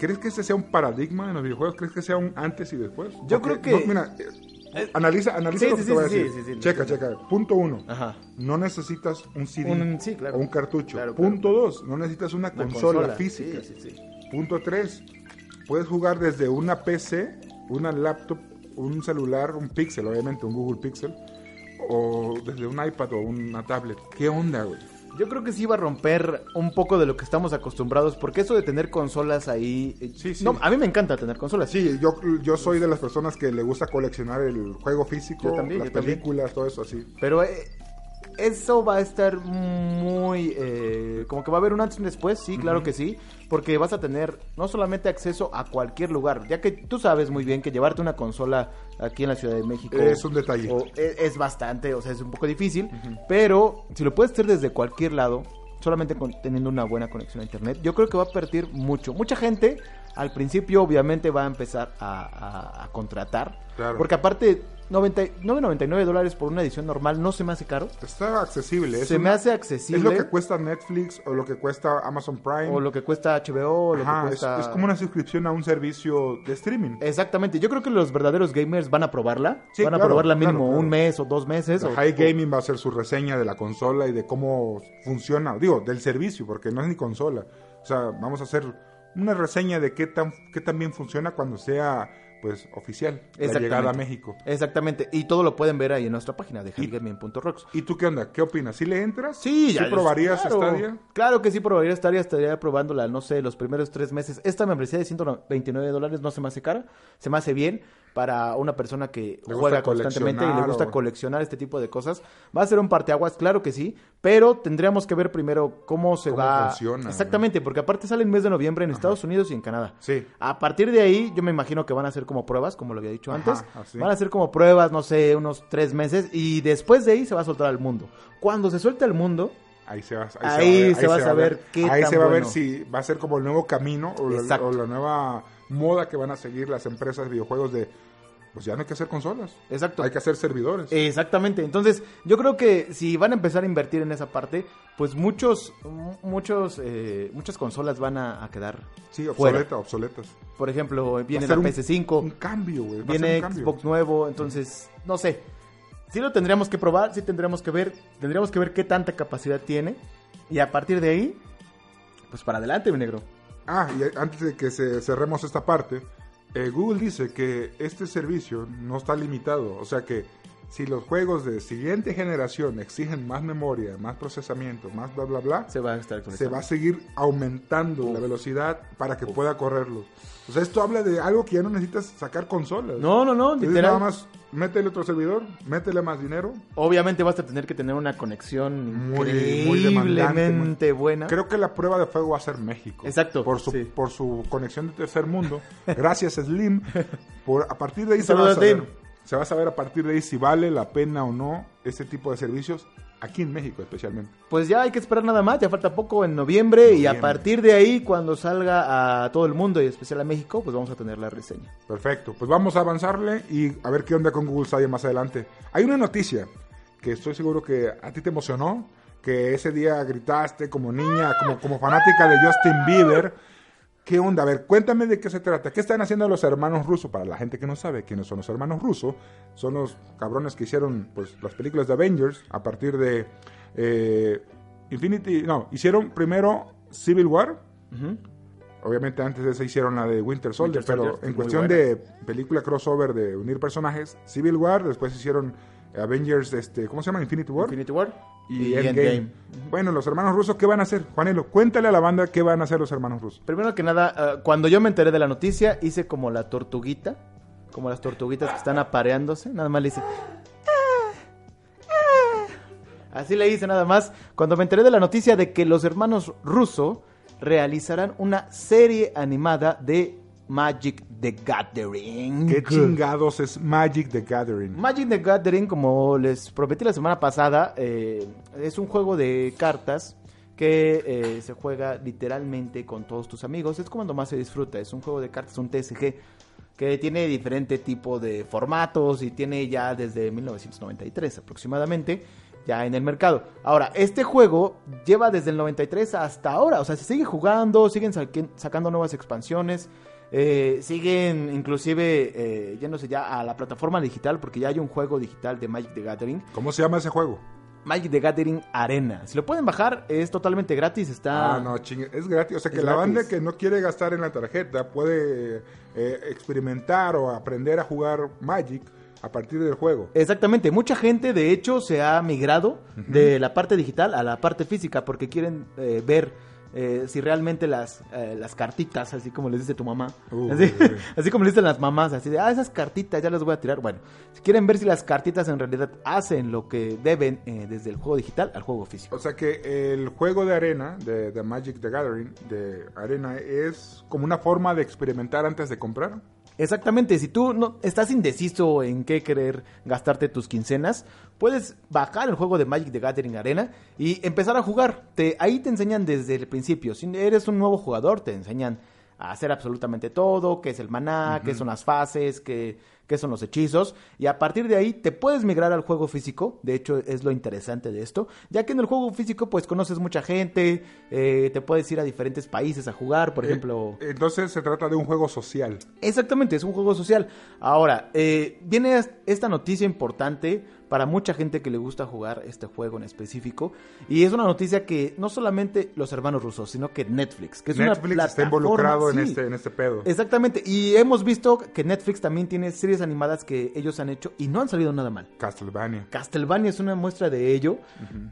[SPEAKER 2] ¿Crees que este sea un paradigma en los videojuegos? ¿Crees que sea un antes y después?
[SPEAKER 1] Yo creo que-
[SPEAKER 2] no, mira, eh, analiza, analiza
[SPEAKER 1] Sí, sí,
[SPEAKER 2] lo que
[SPEAKER 1] sí,
[SPEAKER 2] te voy a
[SPEAKER 1] sí,
[SPEAKER 2] decir.
[SPEAKER 1] sí, sí, sí,
[SPEAKER 2] checa,
[SPEAKER 1] sí.
[SPEAKER 2] checa. Punto uno.
[SPEAKER 1] Ajá.
[SPEAKER 2] No necesitas un CD
[SPEAKER 1] Un- sí, claro.
[SPEAKER 2] o un cartucho.
[SPEAKER 1] Claro, claro.
[SPEAKER 2] Punto dos. No necesitas una,
[SPEAKER 1] Una
[SPEAKER 2] consola, física.
[SPEAKER 1] Sí, sí, sí.
[SPEAKER 2] Punto 3. Puedes jugar desde una PC, una laptop, un celular, un Pixel, obviamente, un Google Pixel, o desde un iPad o una tablet. ¿Qué onda, güey?
[SPEAKER 1] Yo creo que sí iba a romper un poco de lo que estamos acostumbrados, porque eso de tener consolas ahí... eh,
[SPEAKER 2] Sí, sí.
[SPEAKER 1] No, a mí me encanta tener consolas.
[SPEAKER 2] Sí, yo, yo soy de las personas que le gusta coleccionar el juego físico,
[SPEAKER 1] Yo también,
[SPEAKER 2] las
[SPEAKER 1] yo también.
[SPEAKER 2] películas, todo eso así.
[SPEAKER 1] Pero eh, eso va a estar muy... eh, como que va a haber un antes y un después, sí, claro que sí. Porque vas a tener no solamente acceso a cualquier lugar, ya que tú sabes muy bien que llevarte una consola aquí en la Ciudad de México...
[SPEAKER 2] Es un detalle.
[SPEAKER 1] o- es, es bastante, o sea, es un poco difícil. Pero si lo puedes hacer desde cualquier lado, solamente con- teniendo una buena conexión a Internet, yo creo que va a perder mucho. Mucha gente al principio obviamente va a empezar a, a- a contratar.
[SPEAKER 2] Claro.
[SPEAKER 1] Porque aparte, 90 y- 9.99 dólares por una edición normal no se me hace caro.
[SPEAKER 2] Está accesible. es
[SPEAKER 1] se me
[SPEAKER 2] una-
[SPEAKER 1] hace
[SPEAKER 2] Es lo
[SPEAKER 1] accesible.
[SPEAKER 2] que cuesta Netflix o lo que cuesta Amazon Prime.
[SPEAKER 1] o lo que cuesta HBO, o lo
[SPEAKER 2] Ajá,
[SPEAKER 1] que
[SPEAKER 2] es-
[SPEAKER 1] cuesta...
[SPEAKER 2] es, como una suscripción a un servicio de streaming.
[SPEAKER 1] Exactamente, yo creo que los verdaderos gamers van a probarla.
[SPEAKER 2] Sí,
[SPEAKER 1] van a
[SPEAKER 2] claro,
[SPEAKER 1] probarla mínimo
[SPEAKER 2] claro, claro.
[SPEAKER 1] un mes o dos meses.
[SPEAKER 2] La
[SPEAKER 1] o-
[SPEAKER 2] High
[SPEAKER 1] o-
[SPEAKER 2] Gaming va a hacer su reseña de la consola y de cómo funciona, digo, del servicio, porque no es ni consola. O sea, vamos a hacer una reseña de qué tan, qué tan bien funciona cuando sea pues oficial la
[SPEAKER 1] Exactamente.
[SPEAKER 2] llegada a México.
[SPEAKER 1] Exactamente. Y todo lo pueden ver ahí en nuestra página de
[SPEAKER 2] Y-
[SPEAKER 1] hellgaming.rocks.
[SPEAKER 2] ¿Y tú qué onda? ¿Qué opinas? ¿Sí le entras?
[SPEAKER 1] Sí, ya.
[SPEAKER 2] ¿Sí probarías
[SPEAKER 1] claro,
[SPEAKER 2] Stadia?
[SPEAKER 1] Claro que sí probaría Stadia. Estaría probándola, no sé, los primeros tres meses. Esta membresía de 129 dólares no se me hace cara. Se me hace bien para una persona que
[SPEAKER 2] gusta
[SPEAKER 1] juega constantemente y le
[SPEAKER 2] coleccionar
[SPEAKER 1] gusta
[SPEAKER 2] o-
[SPEAKER 1] coleccionar este tipo de cosas. Va a ser un parteaguas, claro que sí. Pero tendríamos que ver primero cómo se
[SPEAKER 2] Cómo
[SPEAKER 1] va.
[SPEAKER 2] funciona,
[SPEAKER 1] Exactamente, porque aparte sale el mes de noviembre en Estados Unidos y en Canadá.
[SPEAKER 2] Sí.
[SPEAKER 1] A partir de ahí, yo me imagino que van a hacer como pruebas, como lo había dicho
[SPEAKER 2] Ajá,
[SPEAKER 1] antes.
[SPEAKER 2] así.
[SPEAKER 1] Van a hacer como pruebas, no sé, unos tres meses. Y después de ahí se va a soltar al mundo. Cuando se suelta al mundo,
[SPEAKER 2] Ahí se va, ahí
[SPEAKER 1] Ahí se va a saber qué
[SPEAKER 2] Ahí
[SPEAKER 1] tan
[SPEAKER 2] se va a ver
[SPEAKER 1] bueno.
[SPEAKER 2] si va a ser como el nuevo camino o la,
[SPEAKER 1] Exacto.
[SPEAKER 2] o la nueva moda que van a seguir las empresas de videojuegos de pues ya no hay que hacer consolas.
[SPEAKER 1] Exacto.
[SPEAKER 2] Hay que hacer servidores.
[SPEAKER 1] Eh, Exactamente. Entonces, yo creo que si van a empezar a invertir en esa parte, pues muchos, mu- muchos, eh, muchas consolas van a, a quedar.
[SPEAKER 2] sí,
[SPEAKER 1] fuera.
[SPEAKER 2] obsoleta, obsoletas.
[SPEAKER 1] Por ejemplo, viene
[SPEAKER 2] ser
[SPEAKER 1] la
[SPEAKER 2] un- Un
[SPEAKER 1] PS5,
[SPEAKER 2] cambio, güey. va a
[SPEAKER 1] viene
[SPEAKER 2] ser un cambio.
[SPEAKER 1] Xbox nuevo, entonces, no sé. Sí lo tendríamos que probar, sí tendríamos que ver, tendríamos que ver qué tanta capacidad tiene y a partir de ahí, pues para adelante, mi negro.
[SPEAKER 2] Ah, y antes de que se- cerremos esta parte, eh, Google dice que este servicio no está limitado. O sea que si los juegos de siguiente generación exigen más memoria, más procesamiento, más bla, bla, bla,
[SPEAKER 1] Se va a estar
[SPEAKER 2] se va a seguir aumentando la velocidad para que pueda correrlos. O sea, esto habla de algo que ya no necesitas sacar consolas.
[SPEAKER 1] No, no, no,
[SPEAKER 2] Entonces,
[SPEAKER 1] literal.
[SPEAKER 2] nada más métele otro servidor, métele más dinero.
[SPEAKER 1] Obviamente vas a tener que tener una conexión
[SPEAKER 2] Muy- muy demandante,
[SPEAKER 1] increíblemente buena.
[SPEAKER 2] Creo que la prueba de fuego va a ser México.
[SPEAKER 1] Exacto,
[SPEAKER 2] Por su,
[SPEAKER 1] sí.
[SPEAKER 2] por su conexión de tercer mundo. Gracias, Slim. Por, a partir de ahí se va,
[SPEAKER 1] Saludos,
[SPEAKER 2] a saber,
[SPEAKER 1] Slim.
[SPEAKER 2] se va a saber a partir de ahí si vale la pena o no este tipo de servicios aquí en México especialmente.
[SPEAKER 1] Pues ya hay que esperar nada más, ya falta poco en noviembre, y
[SPEAKER 2] Noviembre.
[SPEAKER 1] a partir de ahí, cuando salga a todo el mundo y en especial a México, pues vamos a tener la reseña.
[SPEAKER 2] Perfecto, pues vamos a avanzarle y a ver qué onda con Google Stadia más adelante. Hay una noticia que estoy seguro que a ti te emocionó, que ese día gritaste como niña, como, como fanática de Justin Bieber. ¿Qué onda? A ver, cuéntame de qué se trata. ¿Qué están haciendo los hermanos rusos? Para la gente que no sabe quiénes son los hermanos rusos, son los cabrones que hicieron pues, las películas de Avengers a partir de eh, Infinity... No, hicieron primero Civil War, Obviamente antes de eso hicieron la de Winter Soldier,
[SPEAKER 1] Winter
[SPEAKER 2] pero
[SPEAKER 1] Soldier,
[SPEAKER 2] en
[SPEAKER 1] muy
[SPEAKER 2] cuestión
[SPEAKER 1] buena.
[SPEAKER 2] de película crossover de unir personajes, Civil War, después hicieron Avengers, este, ¿cómo se llama? Infinity War
[SPEAKER 1] Infinity War
[SPEAKER 2] y, Endgame. Bueno, los hermanos rusos, ¿qué van a hacer? Juanelo, cuéntale a la banda qué van a hacer los hermanos rusos.
[SPEAKER 1] Primero que nada, ah, cuando yo me enteré de la noticia, hice como la tortuguita, como las tortuguitas que están apareándose, nada más le hice... Así le hice nada más, cuando me enteré de la noticia de que los hermanos Russo realizarán una serie animada de Magic the Gathering.
[SPEAKER 2] ¿Qué chingados es Magic the Gathering?
[SPEAKER 1] Magic the Gathering, como les prometí la semana pasada, eh, es un juego de cartas que eh, se juega literalmente con todos tus amigos. Es cuando más se disfruta. Es un juego de cartas, un TSG, que tiene diferente tipo de formatos y tiene ya desde 1993 aproximadamente ya en el mercado. Ahora, este juego lleva desde el 93 hasta ahora. O sea, se sigue jugando, siguen saquen- sacando nuevas expansiones. Eh, siguen inclusive eh, yéndose ya a la plataforma digital porque ya hay un juego digital de Magic the Gathering.
[SPEAKER 2] ¿Cómo se llama ese juego?
[SPEAKER 1] Magic the Gathering Arena. Si lo pueden bajar, es totalmente gratis. Está...
[SPEAKER 2] Ah, no, chingue, es gratis. O sea que
[SPEAKER 1] Es
[SPEAKER 2] la
[SPEAKER 1] gratis.
[SPEAKER 2] banda que no quiere gastar en la tarjeta puede eh, experimentar o aprender a jugar Magic a partir del juego.
[SPEAKER 1] Exactamente, mucha gente de hecho se ha migrado de la parte digital a la parte física porque quieren eh, ver eh, si realmente las, eh, las cartitas, así como les dice tu mamá,
[SPEAKER 2] Uy,
[SPEAKER 1] así,
[SPEAKER 2] uy.
[SPEAKER 1] así como les dicen las mamás, así de, ah, esas cartitas ya las voy a tirar. Bueno, si quieren ver si las cartitas en realidad hacen lo que deben eh, desde el juego digital al juego físico.
[SPEAKER 2] O sea que el juego de arena, de, de Magic the Gathering, de arena, es como una forma de experimentar antes de comprar.
[SPEAKER 1] Exactamente, si tú no estás indeciso en qué querer gastarte tus quincenas, puedes bajar el juego de Magic the Gathering Arena y empezar a jugar. Te, ahí te enseñan desde el principio. Si eres un nuevo jugador, te enseñan a hacer absolutamente todo, qué es el maná, qué son las fases, qué, qué son los hechizos, y a partir de ahí te puedes migrar al juego físico, de hecho es lo interesante de esto, ya que en el juego físico pues conoces mucha gente, eh, te puedes ir a diferentes países a jugar, por ejemplo...
[SPEAKER 2] Eh, Entonces se trata de un juego social.
[SPEAKER 1] Exactamente, es un juego social. Ahora, eh, viene as- esta noticia importante para mucha gente que le gusta jugar este juego en específico. Y es una noticia que no solamente los hermanos rusos, sino que Netflix, que es una
[SPEAKER 2] Netflix está
[SPEAKER 1] plataforma-
[SPEAKER 2] involucrado en,
[SPEAKER 1] sí,
[SPEAKER 2] este, en este pedo.
[SPEAKER 1] Exactamente, y hemos visto que Netflix también tiene series animadas que ellos han hecho y no han salido nada mal.
[SPEAKER 2] Castlevania.
[SPEAKER 1] Castlevania es una muestra de ello.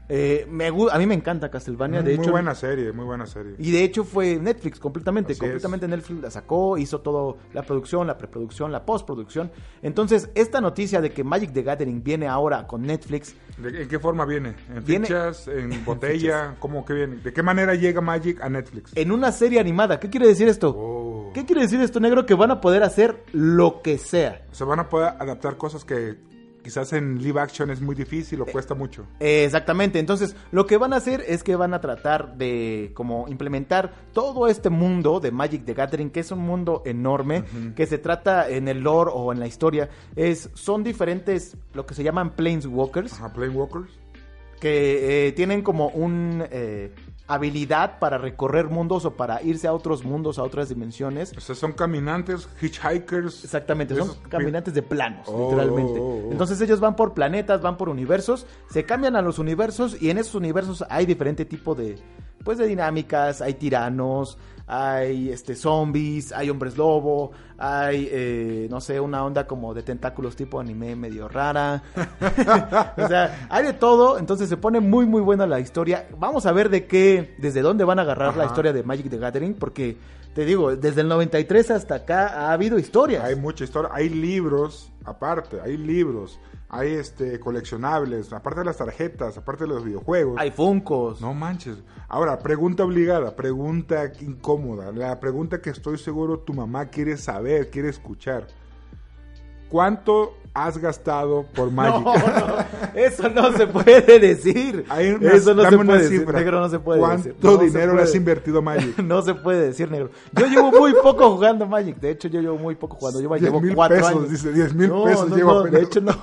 [SPEAKER 1] Eh, me gu- a mí me encanta Castlevania, de
[SPEAKER 2] Mm, muy
[SPEAKER 1] hecho
[SPEAKER 2] buena serie, muy buena serie.
[SPEAKER 1] y de hecho fue Netflix completamente,
[SPEAKER 2] Así
[SPEAKER 1] completamente Netflix la sacó, hizo todo la producción, la preproducción, la postproducción. Entonces, esta noticia de que Magic the Gathering viene ahora con Netflix,
[SPEAKER 2] ¿De- ¿En qué forma viene? ¿En
[SPEAKER 1] Viene- (laughs)
[SPEAKER 2] fichas? ¿En botella? ¿Cómo que viene? ¿De qué manera llega Magic a Netflix?
[SPEAKER 1] en una serie animada, ¿qué quiere decir esto?
[SPEAKER 2] Oh.
[SPEAKER 1] Eh, ¿Qué quiere decir esto, negro? Que van a poder hacer lo que sea.
[SPEAKER 2] Se van a poder adaptar cosas que quizás en live action es muy difícil o cuesta mucho.
[SPEAKER 1] Eh, Exactamente, entonces lo que van a hacer es que van a tratar de como implementar todo este mundo de Magic the Gathering, que es un mundo enorme, que se trata en el lore o en la historia, es, son diferentes lo que se llaman Planeswalkers,
[SPEAKER 2] Ajá, Planewalkers.
[SPEAKER 1] que eh, tienen como un eh, habilidad para recorrer mundos o para irse a otros mundos, a otras dimensiones.
[SPEAKER 2] O sea, son caminantes, hitchhikers.
[SPEAKER 1] Exactamente, son
[SPEAKER 2] Esos-
[SPEAKER 1] caminantes de planos,
[SPEAKER 2] Oh,
[SPEAKER 1] literalmente.
[SPEAKER 2] oh, oh.
[SPEAKER 1] Entonces ellos van por planetas, van por universos, se cambian a los universos y en esos universos hay diferente tipo de pues de dinámicas, hay tiranos, hay este zombies, hay hombres lobo, hay eh, no sé, una onda como de tentáculos tipo anime medio rara. (laughs) o sea, hay de todo, entonces se pone muy muy buena la historia. Vamos a ver de qué, desde dónde van a agarrar la
[SPEAKER 2] Ajá.
[SPEAKER 1] historia de Magic the Gathering porque te digo, desde el 93 hasta acá ha habido historias.
[SPEAKER 2] Hay mucha historia, hay libros aparte, hay libros, hay este coleccionables, aparte de las tarjetas, aparte de los videojuegos.
[SPEAKER 1] Hay Funkos.
[SPEAKER 2] No manches. Ahora, pregunta obligada, pregunta incómoda, la pregunta que estoy seguro tu mamá quiere saber, quiere escuchar. ¿Cuánto has gastado
[SPEAKER 1] (laughs)
[SPEAKER 2] por Magic?
[SPEAKER 1] No, no, eso no se puede decir.
[SPEAKER 2] Hay una-
[SPEAKER 1] eso no se
[SPEAKER 2] dame una
[SPEAKER 1] puede decir.
[SPEAKER 2] cifra.
[SPEAKER 1] Negro no se puede
[SPEAKER 2] ¿Cuánto
[SPEAKER 1] decir. No se
[SPEAKER 2] dinero le
[SPEAKER 1] puede.
[SPEAKER 2] has invertido a Magic?
[SPEAKER 1] (laughs) No se puede decir, negro. Yo llevo muy poco jugando Magic. De hecho, yo llevo muy poco jugando.
[SPEAKER 2] (laughs)
[SPEAKER 1] Yo
[SPEAKER 2] 10,000
[SPEAKER 1] llevo cuatro
[SPEAKER 2] pesos,
[SPEAKER 1] años.
[SPEAKER 2] dice, 10,000
[SPEAKER 1] No,
[SPEAKER 2] pesos
[SPEAKER 1] no,
[SPEAKER 2] llevo
[SPEAKER 1] no,
[SPEAKER 2] apenas.
[SPEAKER 1] de hecho, no,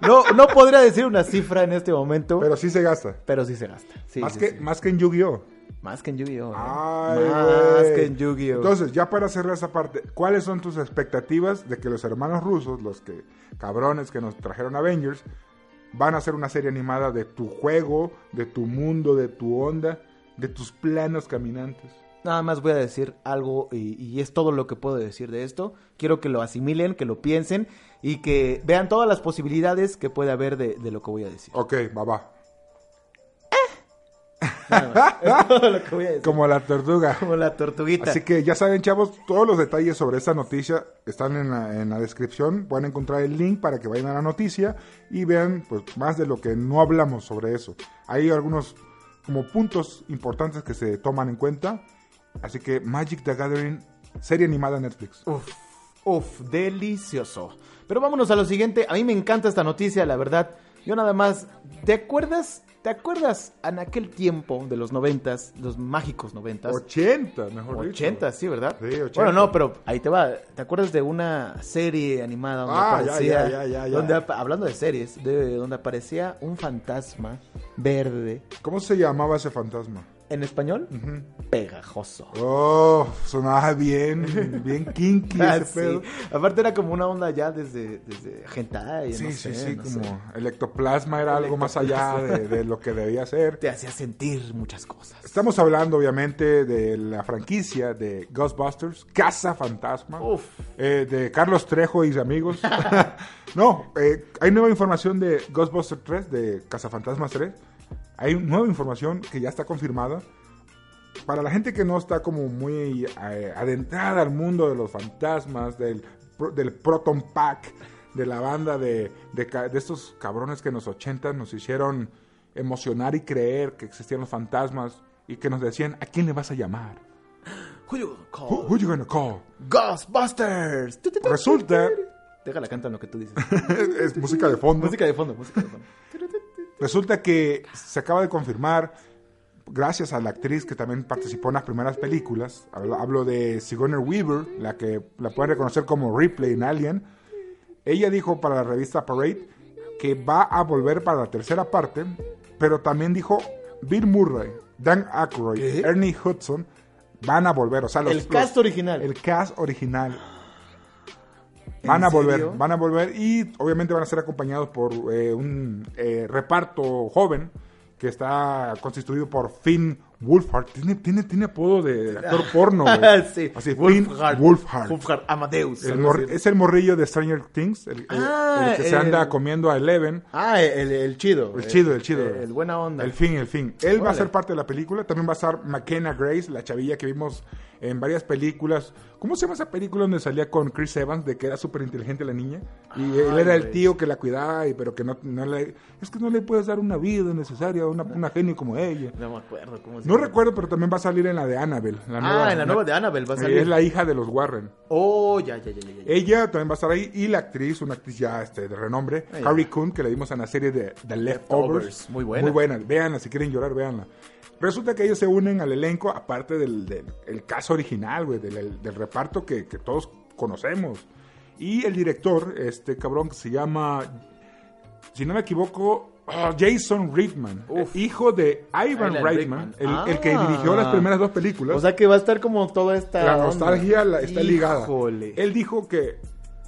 [SPEAKER 1] no. No podría decir una cifra en este momento, pero,
[SPEAKER 2] Pero sí se gasta.
[SPEAKER 1] sí se gasta. Sí,
[SPEAKER 2] más,
[SPEAKER 1] sí,
[SPEAKER 2] que,
[SPEAKER 1] sí.
[SPEAKER 2] más que en Yu-Gi-Oh!
[SPEAKER 1] Más que en Yu-Gi-Oh! ¿eh?
[SPEAKER 2] Ay,
[SPEAKER 1] Más
[SPEAKER 2] güey.
[SPEAKER 1] que en Yu-Gi-Oh!
[SPEAKER 2] Entonces, ya para cerrar esa parte, ¿cuáles son tus expectativas de que los hermanos rusos, los que cabrones que nos trajeron Avengers, van a hacer una serie animada de tu juego, de tu mundo, de tu onda, de tus planos caminantes?
[SPEAKER 1] Nada más voy a decir algo y, y es todo lo que puedo decir de esto. Quiero que lo asimilen, que lo piensen y que vean todas las posibilidades que puede haber de, de lo que voy a
[SPEAKER 2] (laughs)
[SPEAKER 1] decir.
[SPEAKER 2] Ok, va, va.
[SPEAKER 1] Es todo lo que voy a decir.
[SPEAKER 2] Como la tortuga.
[SPEAKER 1] Como la tortuguita.
[SPEAKER 2] Así que ya saben, chavos, todos los detalles sobre esta noticia están en la, en la descripción. Pueden encontrar el link para que vayan a la noticia y vean pues, más de lo que no hablamos sobre eso. Hay algunos como puntos importantes que se toman en cuenta. Así que Magic the Gathering, serie animada en Netflix.
[SPEAKER 1] Uf, uf, delicioso. Pero vámonos a lo siguiente. A mí me encanta esta noticia, la verdad. Yo nada más, ¿te acuerdas? ¿Te acuerdas en aquel tiempo de los noventas, los mágicos noventas?
[SPEAKER 2] 80, mejor dicho.
[SPEAKER 1] 80, sí, ¿verdad?
[SPEAKER 2] Sí, 80.
[SPEAKER 1] Bueno, no, pero ahí te va. ¿Te acuerdas de una serie animada donde
[SPEAKER 2] Ah, ya,
[SPEAKER 1] aparecía,
[SPEAKER 2] ya, ya, ya, ya.
[SPEAKER 1] donde ap- hablando de series, de, donde aparecía un fantasma verde
[SPEAKER 2] ¿Cómo se llamaba ese fantasma?
[SPEAKER 1] en español? Pegajoso.
[SPEAKER 2] Oh, sonaba
[SPEAKER 1] (laughs)
[SPEAKER 2] bien, bien kinky
[SPEAKER 1] Ah,
[SPEAKER 2] ese
[SPEAKER 1] sí.
[SPEAKER 2] pedo.
[SPEAKER 1] Aparte era como una onda ya desde desde hentai,
[SPEAKER 2] Sí,
[SPEAKER 1] no
[SPEAKER 2] sí,
[SPEAKER 1] sé,
[SPEAKER 2] sí,
[SPEAKER 1] no
[SPEAKER 2] como
[SPEAKER 1] sé.
[SPEAKER 2] el ectoplasma era algo más allá de, de lo que debía ser.
[SPEAKER 1] te hacía sentir muchas cosas.
[SPEAKER 2] Estamos hablando obviamente de la franquicia de Ghostbusters, Casa Fantasma,
[SPEAKER 1] Uf.
[SPEAKER 2] eh, de Carlos Trejo y amigos. (laughs) no, eh, hay nueva información de Ghostbusters 3, de Casa Fantasma 3. Hay nueva información que ya está confirmada. Para la gente que no está como muy eh, adentrada al mundo de los fantasmas, del, pro- del Proton Pack, de la banda de, de ca- de estos cabrones que en los 80 nos hicieron emocionar y creer que existían los fantasmas y que nos decían, ¿a quién le vas a llamar?
[SPEAKER 1] Who you gonna call?
[SPEAKER 2] Who, who you gonna call?
[SPEAKER 1] Ghostbusters. Tu, tu, tu,
[SPEAKER 2] Resulta-
[SPEAKER 1] tu, tu, tu. Déjala cantar lo que tú dices. (laughs)
[SPEAKER 2] (laughs) es música de fondo.
[SPEAKER 1] música de fondo, música de fondo. Tu, tu, tu, tu.
[SPEAKER 2] Resulta que se acaba de confirmar, gracias a la actriz que también participó en las primeras películas, hablo, hablo de Sigourney Weaver, la que la pueden reconocer como Ripley en Alien, Ella dijo para la revista Parade que va a volver para la tercera parte, pero también dijo Bill Murray, Dan Aykroyd,
[SPEAKER 1] ¿Qué?
[SPEAKER 2] Ernie Hudson van a volver. O sea, los,
[SPEAKER 1] el cast
[SPEAKER 2] los-
[SPEAKER 1] original.
[SPEAKER 2] el cast original.
[SPEAKER 1] ¿En
[SPEAKER 2] Van a volver,
[SPEAKER 1] serio?
[SPEAKER 2] van a volver y obviamente van a ser acompañados por eh, un eh, reparto joven que está constituido por Finn Wolfhard. Tiene, tiene, tiene apodo de,
[SPEAKER 1] (laughs)
[SPEAKER 2] de actor porno. güey.
[SPEAKER 1] sí.
[SPEAKER 2] Así,
[SPEAKER 1] Wolfhard.
[SPEAKER 2] Finn Wolfhard.
[SPEAKER 1] Wolfhard Amadeus.
[SPEAKER 2] El
[SPEAKER 1] algo
[SPEAKER 2] mor-
[SPEAKER 1] así.
[SPEAKER 2] es el morrillo de Stranger Things, el, el-
[SPEAKER 1] Ah,
[SPEAKER 2] el que se
[SPEAKER 1] el-
[SPEAKER 2] anda comiendo a Eleven.
[SPEAKER 1] Ah, el, el chido.
[SPEAKER 2] El chido, el chido.
[SPEAKER 1] Eh, El, buena onda.
[SPEAKER 2] El fin, el fin. Él va a
[SPEAKER 1] Órale.
[SPEAKER 2] ser parte de la película. También va a estar McKenna Grace, la chavilla que vimos en varias películas. ¿Cómo se llama esa película donde salía con Chris Evans de que era súper inteligente la niña? Y él era el
[SPEAKER 1] güey.
[SPEAKER 2] tío que la cuidaba, y, pero que no, no le... Es que no le puedes dar una vida necesaria a una, una genio como ella.
[SPEAKER 1] No me acuerdo cómo se
[SPEAKER 2] No
[SPEAKER 1] llama.
[SPEAKER 2] recuerdo, pero también va a salir en la de Annabelle. La
[SPEAKER 1] Ah, en la nueva de Annabelle va a salir.
[SPEAKER 2] Es la hija de los Warren.
[SPEAKER 1] Oh, ya, ya, ya, ya. ya.
[SPEAKER 2] Ella también va a estar ahí y la actriz, una actriz ya este, de renombre,
[SPEAKER 1] Ah, ya.
[SPEAKER 2] Harry Kuhn, que la vimos en la serie de The Leftovers.
[SPEAKER 1] Leftovers, muy buena.
[SPEAKER 2] Muy buena, véanla, si quieren llorar, véanla. Resulta que ellos se unen al elenco, aparte del, del- el caso original, güey, del, del reparto que, que todos conocemos. Y el director, este cabrón que se llama, si no me equivoco, ah, Jason Reitman,
[SPEAKER 1] Uf.
[SPEAKER 2] eh, hijo de Ivan
[SPEAKER 1] Alan
[SPEAKER 2] Reitman,
[SPEAKER 1] Rickman.
[SPEAKER 2] el, el que
[SPEAKER 1] Ah.
[SPEAKER 2] dirigió las primeras dos películas.
[SPEAKER 1] O sea que va a estar como toda esta.
[SPEAKER 2] la
[SPEAKER 1] onda.
[SPEAKER 2] nostalgia la- está ligada.
[SPEAKER 1] Híjole.
[SPEAKER 2] Él dijo
[SPEAKER 1] ¿Crees
[SPEAKER 2] que.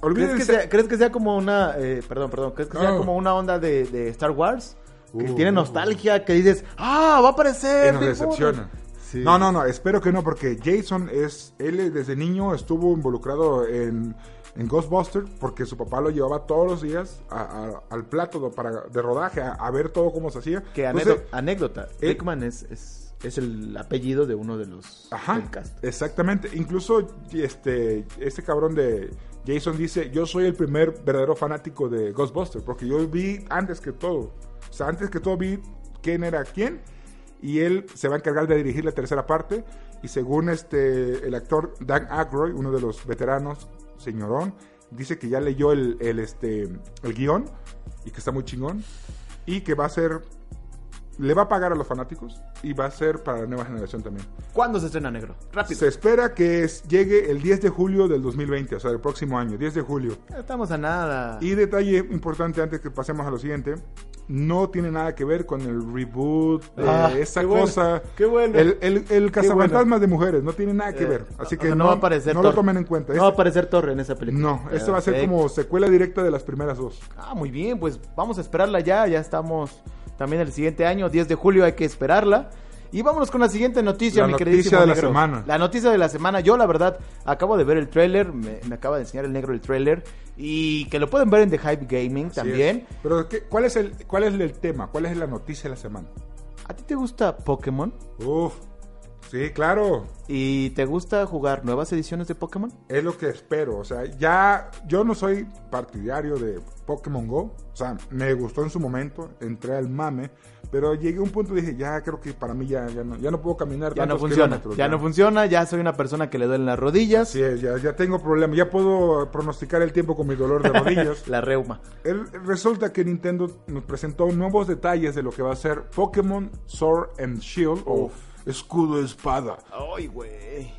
[SPEAKER 1] que,
[SPEAKER 2] Olvídense.
[SPEAKER 1] sea, crees que sea como una. eh, perdón, perdón. ¿Crees que sea
[SPEAKER 2] No.
[SPEAKER 1] como una onda de, de Star Wars? Que
[SPEAKER 2] Uh.
[SPEAKER 1] tiene nostalgia, que dices, ¡ah! Va a
[SPEAKER 2] que
[SPEAKER 1] aparecer.
[SPEAKER 2] nos
[SPEAKER 1] Big
[SPEAKER 2] decepciona.
[SPEAKER 1] Brother". Sí.
[SPEAKER 2] No, no, no, espero que no, porque Jason es. Él desde niño estuvo involucrado en, en Ghostbusters porque su papá lo llevaba todos los días a- a- al plato de, para, de rodaje a, a ver todo cómo se hacía.
[SPEAKER 1] Que
[SPEAKER 2] Entonces,
[SPEAKER 1] anécdota. anécdota,
[SPEAKER 2] Pues eh,
[SPEAKER 1] Rickman es, es, es el apellido de uno de los
[SPEAKER 2] Ajá,
[SPEAKER 1] del cast.
[SPEAKER 2] exactamente. Incluso este, este cabrón de Jason dice, yo soy el primer verdadero fanático de Ghostbusters, porque yo vi antes que todo. O sea, antes que todo vi quién era quién, y él se va a encargar de dirigir la tercera parte. Y según este, el actor Dan Aykroyd, uno de los veteranos, señorón, dice que ya leyó el, el, este, el guión, y que está muy chingón, y que va a ser... Le va a pagar a los fanáticos y va a ser para la nueva generación también.
[SPEAKER 1] ¿Cuándo se estrena negro? Rápido.
[SPEAKER 2] Se espera que es- llegue el 10 de julio del 2020, o sea, del próximo año, 10 de julio.
[SPEAKER 1] Estamos a nada.
[SPEAKER 2] Y detalle importante antes que pasemos a lo siguiente, no tiene nada que ver con el reboot, eh,
[SPEAKER 1] Ah,
[SPEAKER 2] esa
[SPEAKER 1] qué bueno,
[SPEAKER 2] cosa.
[SPEAKER 1] qué bueno.
[SPEAKER 2] El, el, el
[SPEAKER 1] bueno.
[SPEAKER 2] cazafantasmas de mujeres, no tiene nada que
[SPEAKER 1] Eh,
[SPEAKER 2] ver. Así
[SPEAKER 1] o
[SPEAKER 2] que
[SPEAKER 1] sea,
[SPEAKER 2] no,
[SPEAKER 1] va a aparecer
[SPEAKER 2] no lo
[SPEAKER 1] Thor.
[SPEAKER 2] tomen en cuenta.
[SPEAKER 1] No va a
[SPEAKER 2] Este-
[SPEAKER 1] aparecer Torre en esa película.
[SPEAKER 2] no, este va a ser
[SPEAKER 1] Perfecto.
[SPEAKER 2] como secuela directa de las primeras dos.
[SPEAKER 1] Ah, muy bien, pues vamos a esperarla ya, ya estamos también el siguiente año, 10 de julio hay que esperarla. Y vámonos con la siguiente noticia,
[SPEAKER 2] La
[SPEAKER 1] mi
[SPEAKER 2] noticia
[SPEAKER 1] queridísimo
[SPEAKER 2] de la
[SPEAKER 1] negro.
[SPEAKER 2] semana.
[SPEAKER 1] La noticia de la semana, yo la verdad acabo de ver el tráiler, me, me acaba de enseñar el negro el tráiler y que lo pueden ver en The Hype Gaming también.
[SPEAKER 2] Así es. Pero ¿qué- ¿cuál es el cuál es el tema? ¿Cuál es la noticia de la semana?
[SPEAKER 1] ¿A ti te gusta Pokémon?
[SPEAKER 2] Uf. Sí, claro.
[SPEAKER 1] ¿Y te gusta jugar nuevas ediciones de Pokémon?
[SPEAKER 2] Es lo que espero. O sea, ya yo no soy partidario de Pokémon Go. O sea, me gustó en su momento, entré al mame, pero llegué a un punto y dije, ya creo que para mí ya, ya, no, ya no puedo caminar.
[SPEAKER 1] Ya no
[SPEAKER 2] tantos
[SPEAKER 1] funciona,
[SPEAKER 2] kilómetros,
[SPEAKER 1] ya no funciona, ya soy una persona que le duelen las rodillas,
[SPEAKER 2] Así es, ya, ya tengo problemas, ya puedo pronosticar el tiempo con mi
[SPEAKER 1] (laughs)
[SPEAKER 2] dolor de rodillas.
[SPEAKER 1] la reuma.
[SPEAKER 2] El- resulta que Nintendo nos presentó nuevos detalles de lo que va a ser Pokémon Sword and Shield o Escudo y Espada.
[SPEAKER 1] Ay, güey.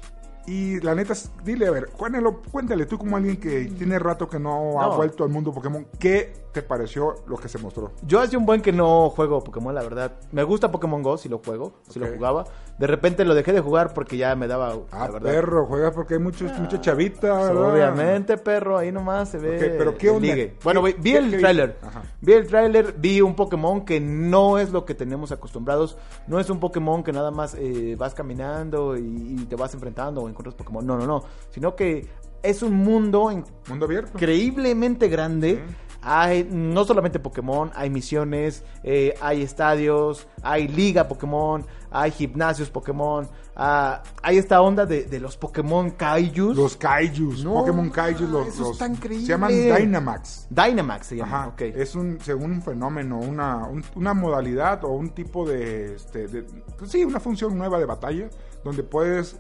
[SPEAKER 2] Y la neta, es- dile, a ver, cuéntalo- cuéntale tú como alguien que tiene rato que no, ha
[SPEAKER 1] No.
[SPEAKER 2] vuelto al mundo Pokémon, ¿qué te pareció lo que se mostró?
[SPEAKER 1] Yo hace un buen que no juego Pokémon, la verdad. Me gusta Pokémon Go, si lo juego, si
[SPEAKER 2] Ok.
[SPEAKER 1] lo jugaba. De repente lo dejé de jugar porque ya me daba,
[SPEAKER 2] Ah,
[SPEAKER 1] la verdad. Ah.
[SPEAKER 2] perro, juegas porque hay muchos, mucha chavita,
[SPEAKER 1] Pues,
[SPEAKER 2] Ah, ¿verdad?
[SPEAKER 1] Obviamente, perro, ahí nomás se ve.
[SPEAKER 2] Ok, pero ¿qué
[SPEAKER 1] el
[SPEAKER 2] onda?
[SPEAKER 1] ligue. Bueno, vi, vi
[SPEAKER 2] ¿Qué- qué
[SPEAKER 1] el
[SPEAKER 2] vi?
[SPEAKER 1] tráiler.
[SPEAKER 2] Ajá.
[SPEAKER 1] Vi el tráiler, vi un Pokémon que no es lo que tenemos acostumbrados. No es un Pokémon que nada más eh, vas caminando y, y te vas enfrentando o encuentras Pokémon. No, no, no. Sino que es un mundo en
[SPEAKER 2] Mundo abierto.
[SPEAKER 1] increíblemente grande. Hay no solamente Pokémon, hay misiones, eh, hay estadios, hay liga Pokémon, hay gimnasios Pokémon, ah, hay esta onda de, de los Pokémon Kaijus.
[SPEAKER 2] Los Kaijus,
[SPEAKER 1] No, ah,
[SPEAKER 2] Pokémon Kaijus, los,
[SPEAKER 1] eso
[SPEAKER 2] los-
[SPEAKER 1] está increíble.
[SPEAKER 2] se llaman Dynamax.
[SPEAKER 1] Dynamax se llama.
[SPEAKER 2] Ajá,
[SPEAKER 1] ok.
[SPEAKER 2] es un, según un fenómeno, una, un- una modalidad o un tipo de, este, de- pues sí, una función nueva de batalla, donde puedes,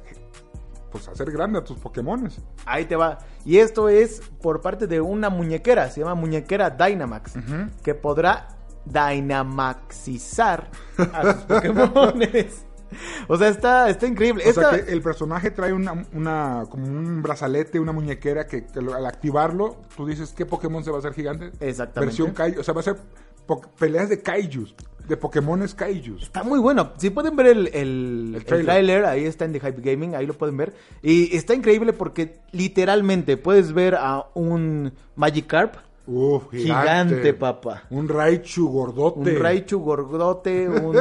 [SPEAKER 2] pues, hacer grande a tus Pokémones.
[SPEAKER 1] Ahí te va. Y esto es por parte de una muñequera, se llama muñequera Dynamax,
[SPEAKER 2] (laughs)
[SPEAKER 1] que podrá Dynamaxizar a sus Pokémones. O sea, está, está increíble.
[SPEAKER 2] O sea
[SPEAKER 1] Esta-
[SPEAKER 2] que eh, el personaje trae una, una- como un brazalete, una muñequera que, que lo- al activarlo, tú dices qué Pokémon se va a hacer gigante.
[SPEAKER 1] Exactamente.
[SPEAKER 2] Versión Kaiju, o sea, va a ser po- peleas de Kaijus, de Pokémones Kaijus.
[SPEAKER 1] Está muy bueno. Si pueden ver el, el, el
[SPEAKER 2] trailer.
[SPEAKER 1] trailer. ahí está en The Hype Gaming, ahí lo pueden ver. Y está increíble porque literalmente puedes ver a un Magikarp,
[SPEAKER 2] Uf,
[SPEAKER 1] Gigante, papá.
[SPEAKER 2] Un Raichu
[SPEAKER 1] un
[SPEAKER 2] gordote.
[SPEAKER 1] Raichu gordote, (laughs) un.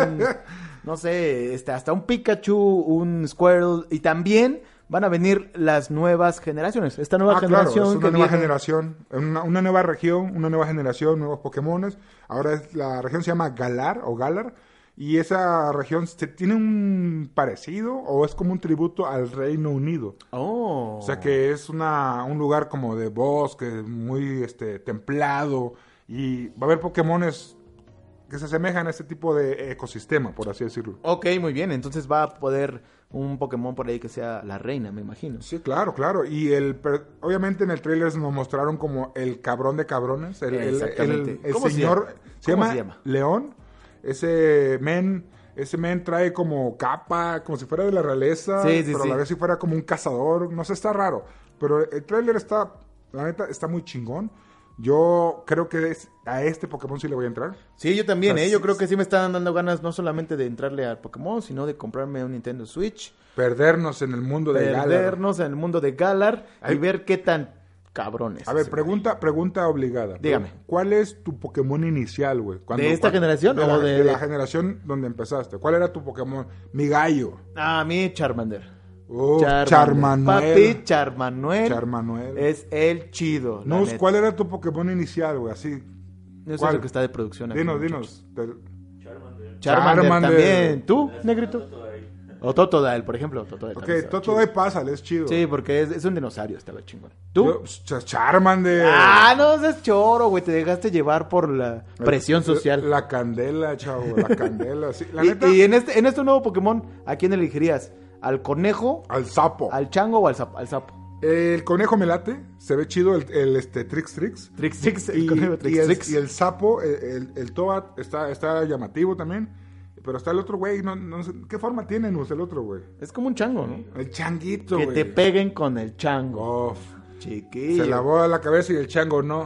[SPEAKER 1] no sé, este, hasta un Pikachu, un Squirtle. Y también van a venir las nuevas generaciones. Esta nueva
[SPEAKER 2] Ah, claro, es
[SPEAKER 1] generación.
[SPEAKER 2] una
[SPEAKER 1] que
[SPEAKER 2] nueva
[SPEAKER 1] viene-
[SPEAKER 2] generación, una, una nueva región, una nueva generación, nuevos Pokémones. Ahora es, la región se llama Galar o Galar y esa región se- tiene un parecido o es como un tributo al Reino Unido.
[SPEAKER 1] Oh.
[SPEAKER 2] O sea que es una, un lugar como de bosque, muy este, templado y va a haber Pokémones que se asemejan a este tipo de ecosistema, por así decirlo.
[SPEAKER 1] Ok, muy bien. Entonces va a poder un Pokémon por ahí que sea la reina, me imagino.
[SPEAKER 2] Sí, claro, claro. Y el per- obviamente en el trailer nos mostraron como el cabrón de cabrones. El, el-
[SPEAKER 1] Exactamente.
[SPEAKER 2] el- el
[SPEAKER 1] ¿Cómo se
[SPEAKER 2] señor
[SPEAKER 1] llama?
[SPEAKER 2] se
[SPEAKER 1] ¿Cómo
[SPEAKER 2] llama,
[SPEAKER 1] se llama?
[SPEAKER 2] León. Ese men, ese men trae como capa, como si fuera de la realeza,
[SPEAKER 1] Sí, sí,
[SPEAKER 2] pero a
[SPEAKER 1] sí.
[SPEAKER 2] la vez si fuera como un cazador. No sé, está raro. Pero el trailer está, la neta, está muy chingón. Yo creo que es- a este Pokémon sí le voy a entrar.
[SPEAKER 1] Sí, yo también,
[SPEAKER 2] Así
[SPEAKER 1] ¿eh? Yo
[SPEAKER 2] es.
[SPEAKER 1] creo que sí me están dando ganas no solamente de entrarle al Pokémon, sino de comprarme un Nintendo Switch,
[SPEAKER 2] Perdernos en el mundo de Galar.
[SPEAKER 1] perdernos en el mundo de Galar
[SPEAKER 2] Ay.
[SPEAKER 1] y ver qué tan cabrones.
[SPEAKER 2] A ver, pregunta, pregunta obligada.
[SPEAKER 1] Dígame.
[SPEAKER 2] ¿Cuál es tu Pokémon inicial, güey? Cuando-
[SPEAKER 1] ¿De esta
[SPEAKER 2] cuando-
[SPEAKER 1] generación
[SPEAKER 2] de
[SPEAKER 1] o
[SPEAKER 2] la,
[SPEAKER 1] de-
[SPEAKER 2] de la generación donde empezaste? ¿Cuál era tu Pokémon? Mi gallo.
[SPEAKER 1] A mí Ah, Charmander.
[SPEAKER 2] Oh,
[SPEAKER 1] Papi
[SPEAKER 2] Charmanuel.
[SPEAKER 1] Charmanuel.
[SPEAKER 2] Charmanuel.
[SPEAKER 1] Es el chido. la
[SPEAKER 2] Nus,
[SPEAKER 1] neta.
[SPEAKER 2] ¿cuál era tu Pokémon inicial, güey? Así.
[SPEAKER 1] Eso es
[SPEAKER 2] cuál?
[SPEAKER 1] lo que está de producción. aquí,
[SPEAKER 2] Dinos,
[SPEAKER 1] muchacho.
[SPEAKER 2] dinos. Te-
[SPEAKER 1] Charmander,
[SPEAKER 2] Charmander.
[SPEAKER 1] también. ¿Tú, negrito? O Totodile, por ejemplo. Totodile
[SPEAKER 2] Ok,
[SPEAKER 1] también estaba
[SPEAKER 2] Totodile pasa, es chido.
[SPEAKER 1] chido. Sí, porque es, es un dinosaurio, estaba chingón. ¿Tú?
[SPEAKER 2] Yo, pues, eh, Ch- Charmander.
[SPEAKER 1] Ah, no seas choro, güey. Te dejaste llevar por la presión social.
[SPEAKER 2] La candela, chavo, la candela. Sí,
[SPEAKER 1] (laughs)
[SPEAKER 2] la
[SPEAKER 1] y
[SPEAKER 2] neta,
[SPEAKER 1] y en, este, en este nuevo Pokémon, ¿a quién elegirías? ¿Al conejo,
[SPEAKER 2] al sapo.
[SPEAKER 1] al chango o al, zap- al sapo?
[SPEAKER 2] El conejo me late, se ve chido el, el, este, Trix Trix.
[SPEAKER 1] Trix Trix, (laughs) el
[SPEAKER 2] y,
[SPEAKER 1] conejo
[SPEAKER 2] y
[SPEAKER 1] Trix
[SPEAKER 2] el,
[SPEAKER 1] Trix.
[SPEAKER 2] y el sapo, el, el, el Toad, está, está llamativo también. Pero está el otro güey, no, no sé, ¿qué forma tiene Nus el otro güey?
[SPEAKER 1] Es como un chango, ¿no?
[SPEAKER 2] El changuito,
[SPEAKER 1] Que
[SPEAKER 2] güey.
[SPEAKER 1] te peguen con el chango.
[SPEAKER 2] Uf,
[SPEAKER 1] Chiquillo.
[SPEAKER 2] se lavó la cabeza y el
[SPEAKER 1] (laughs)
[SPEAKER 2] chango no.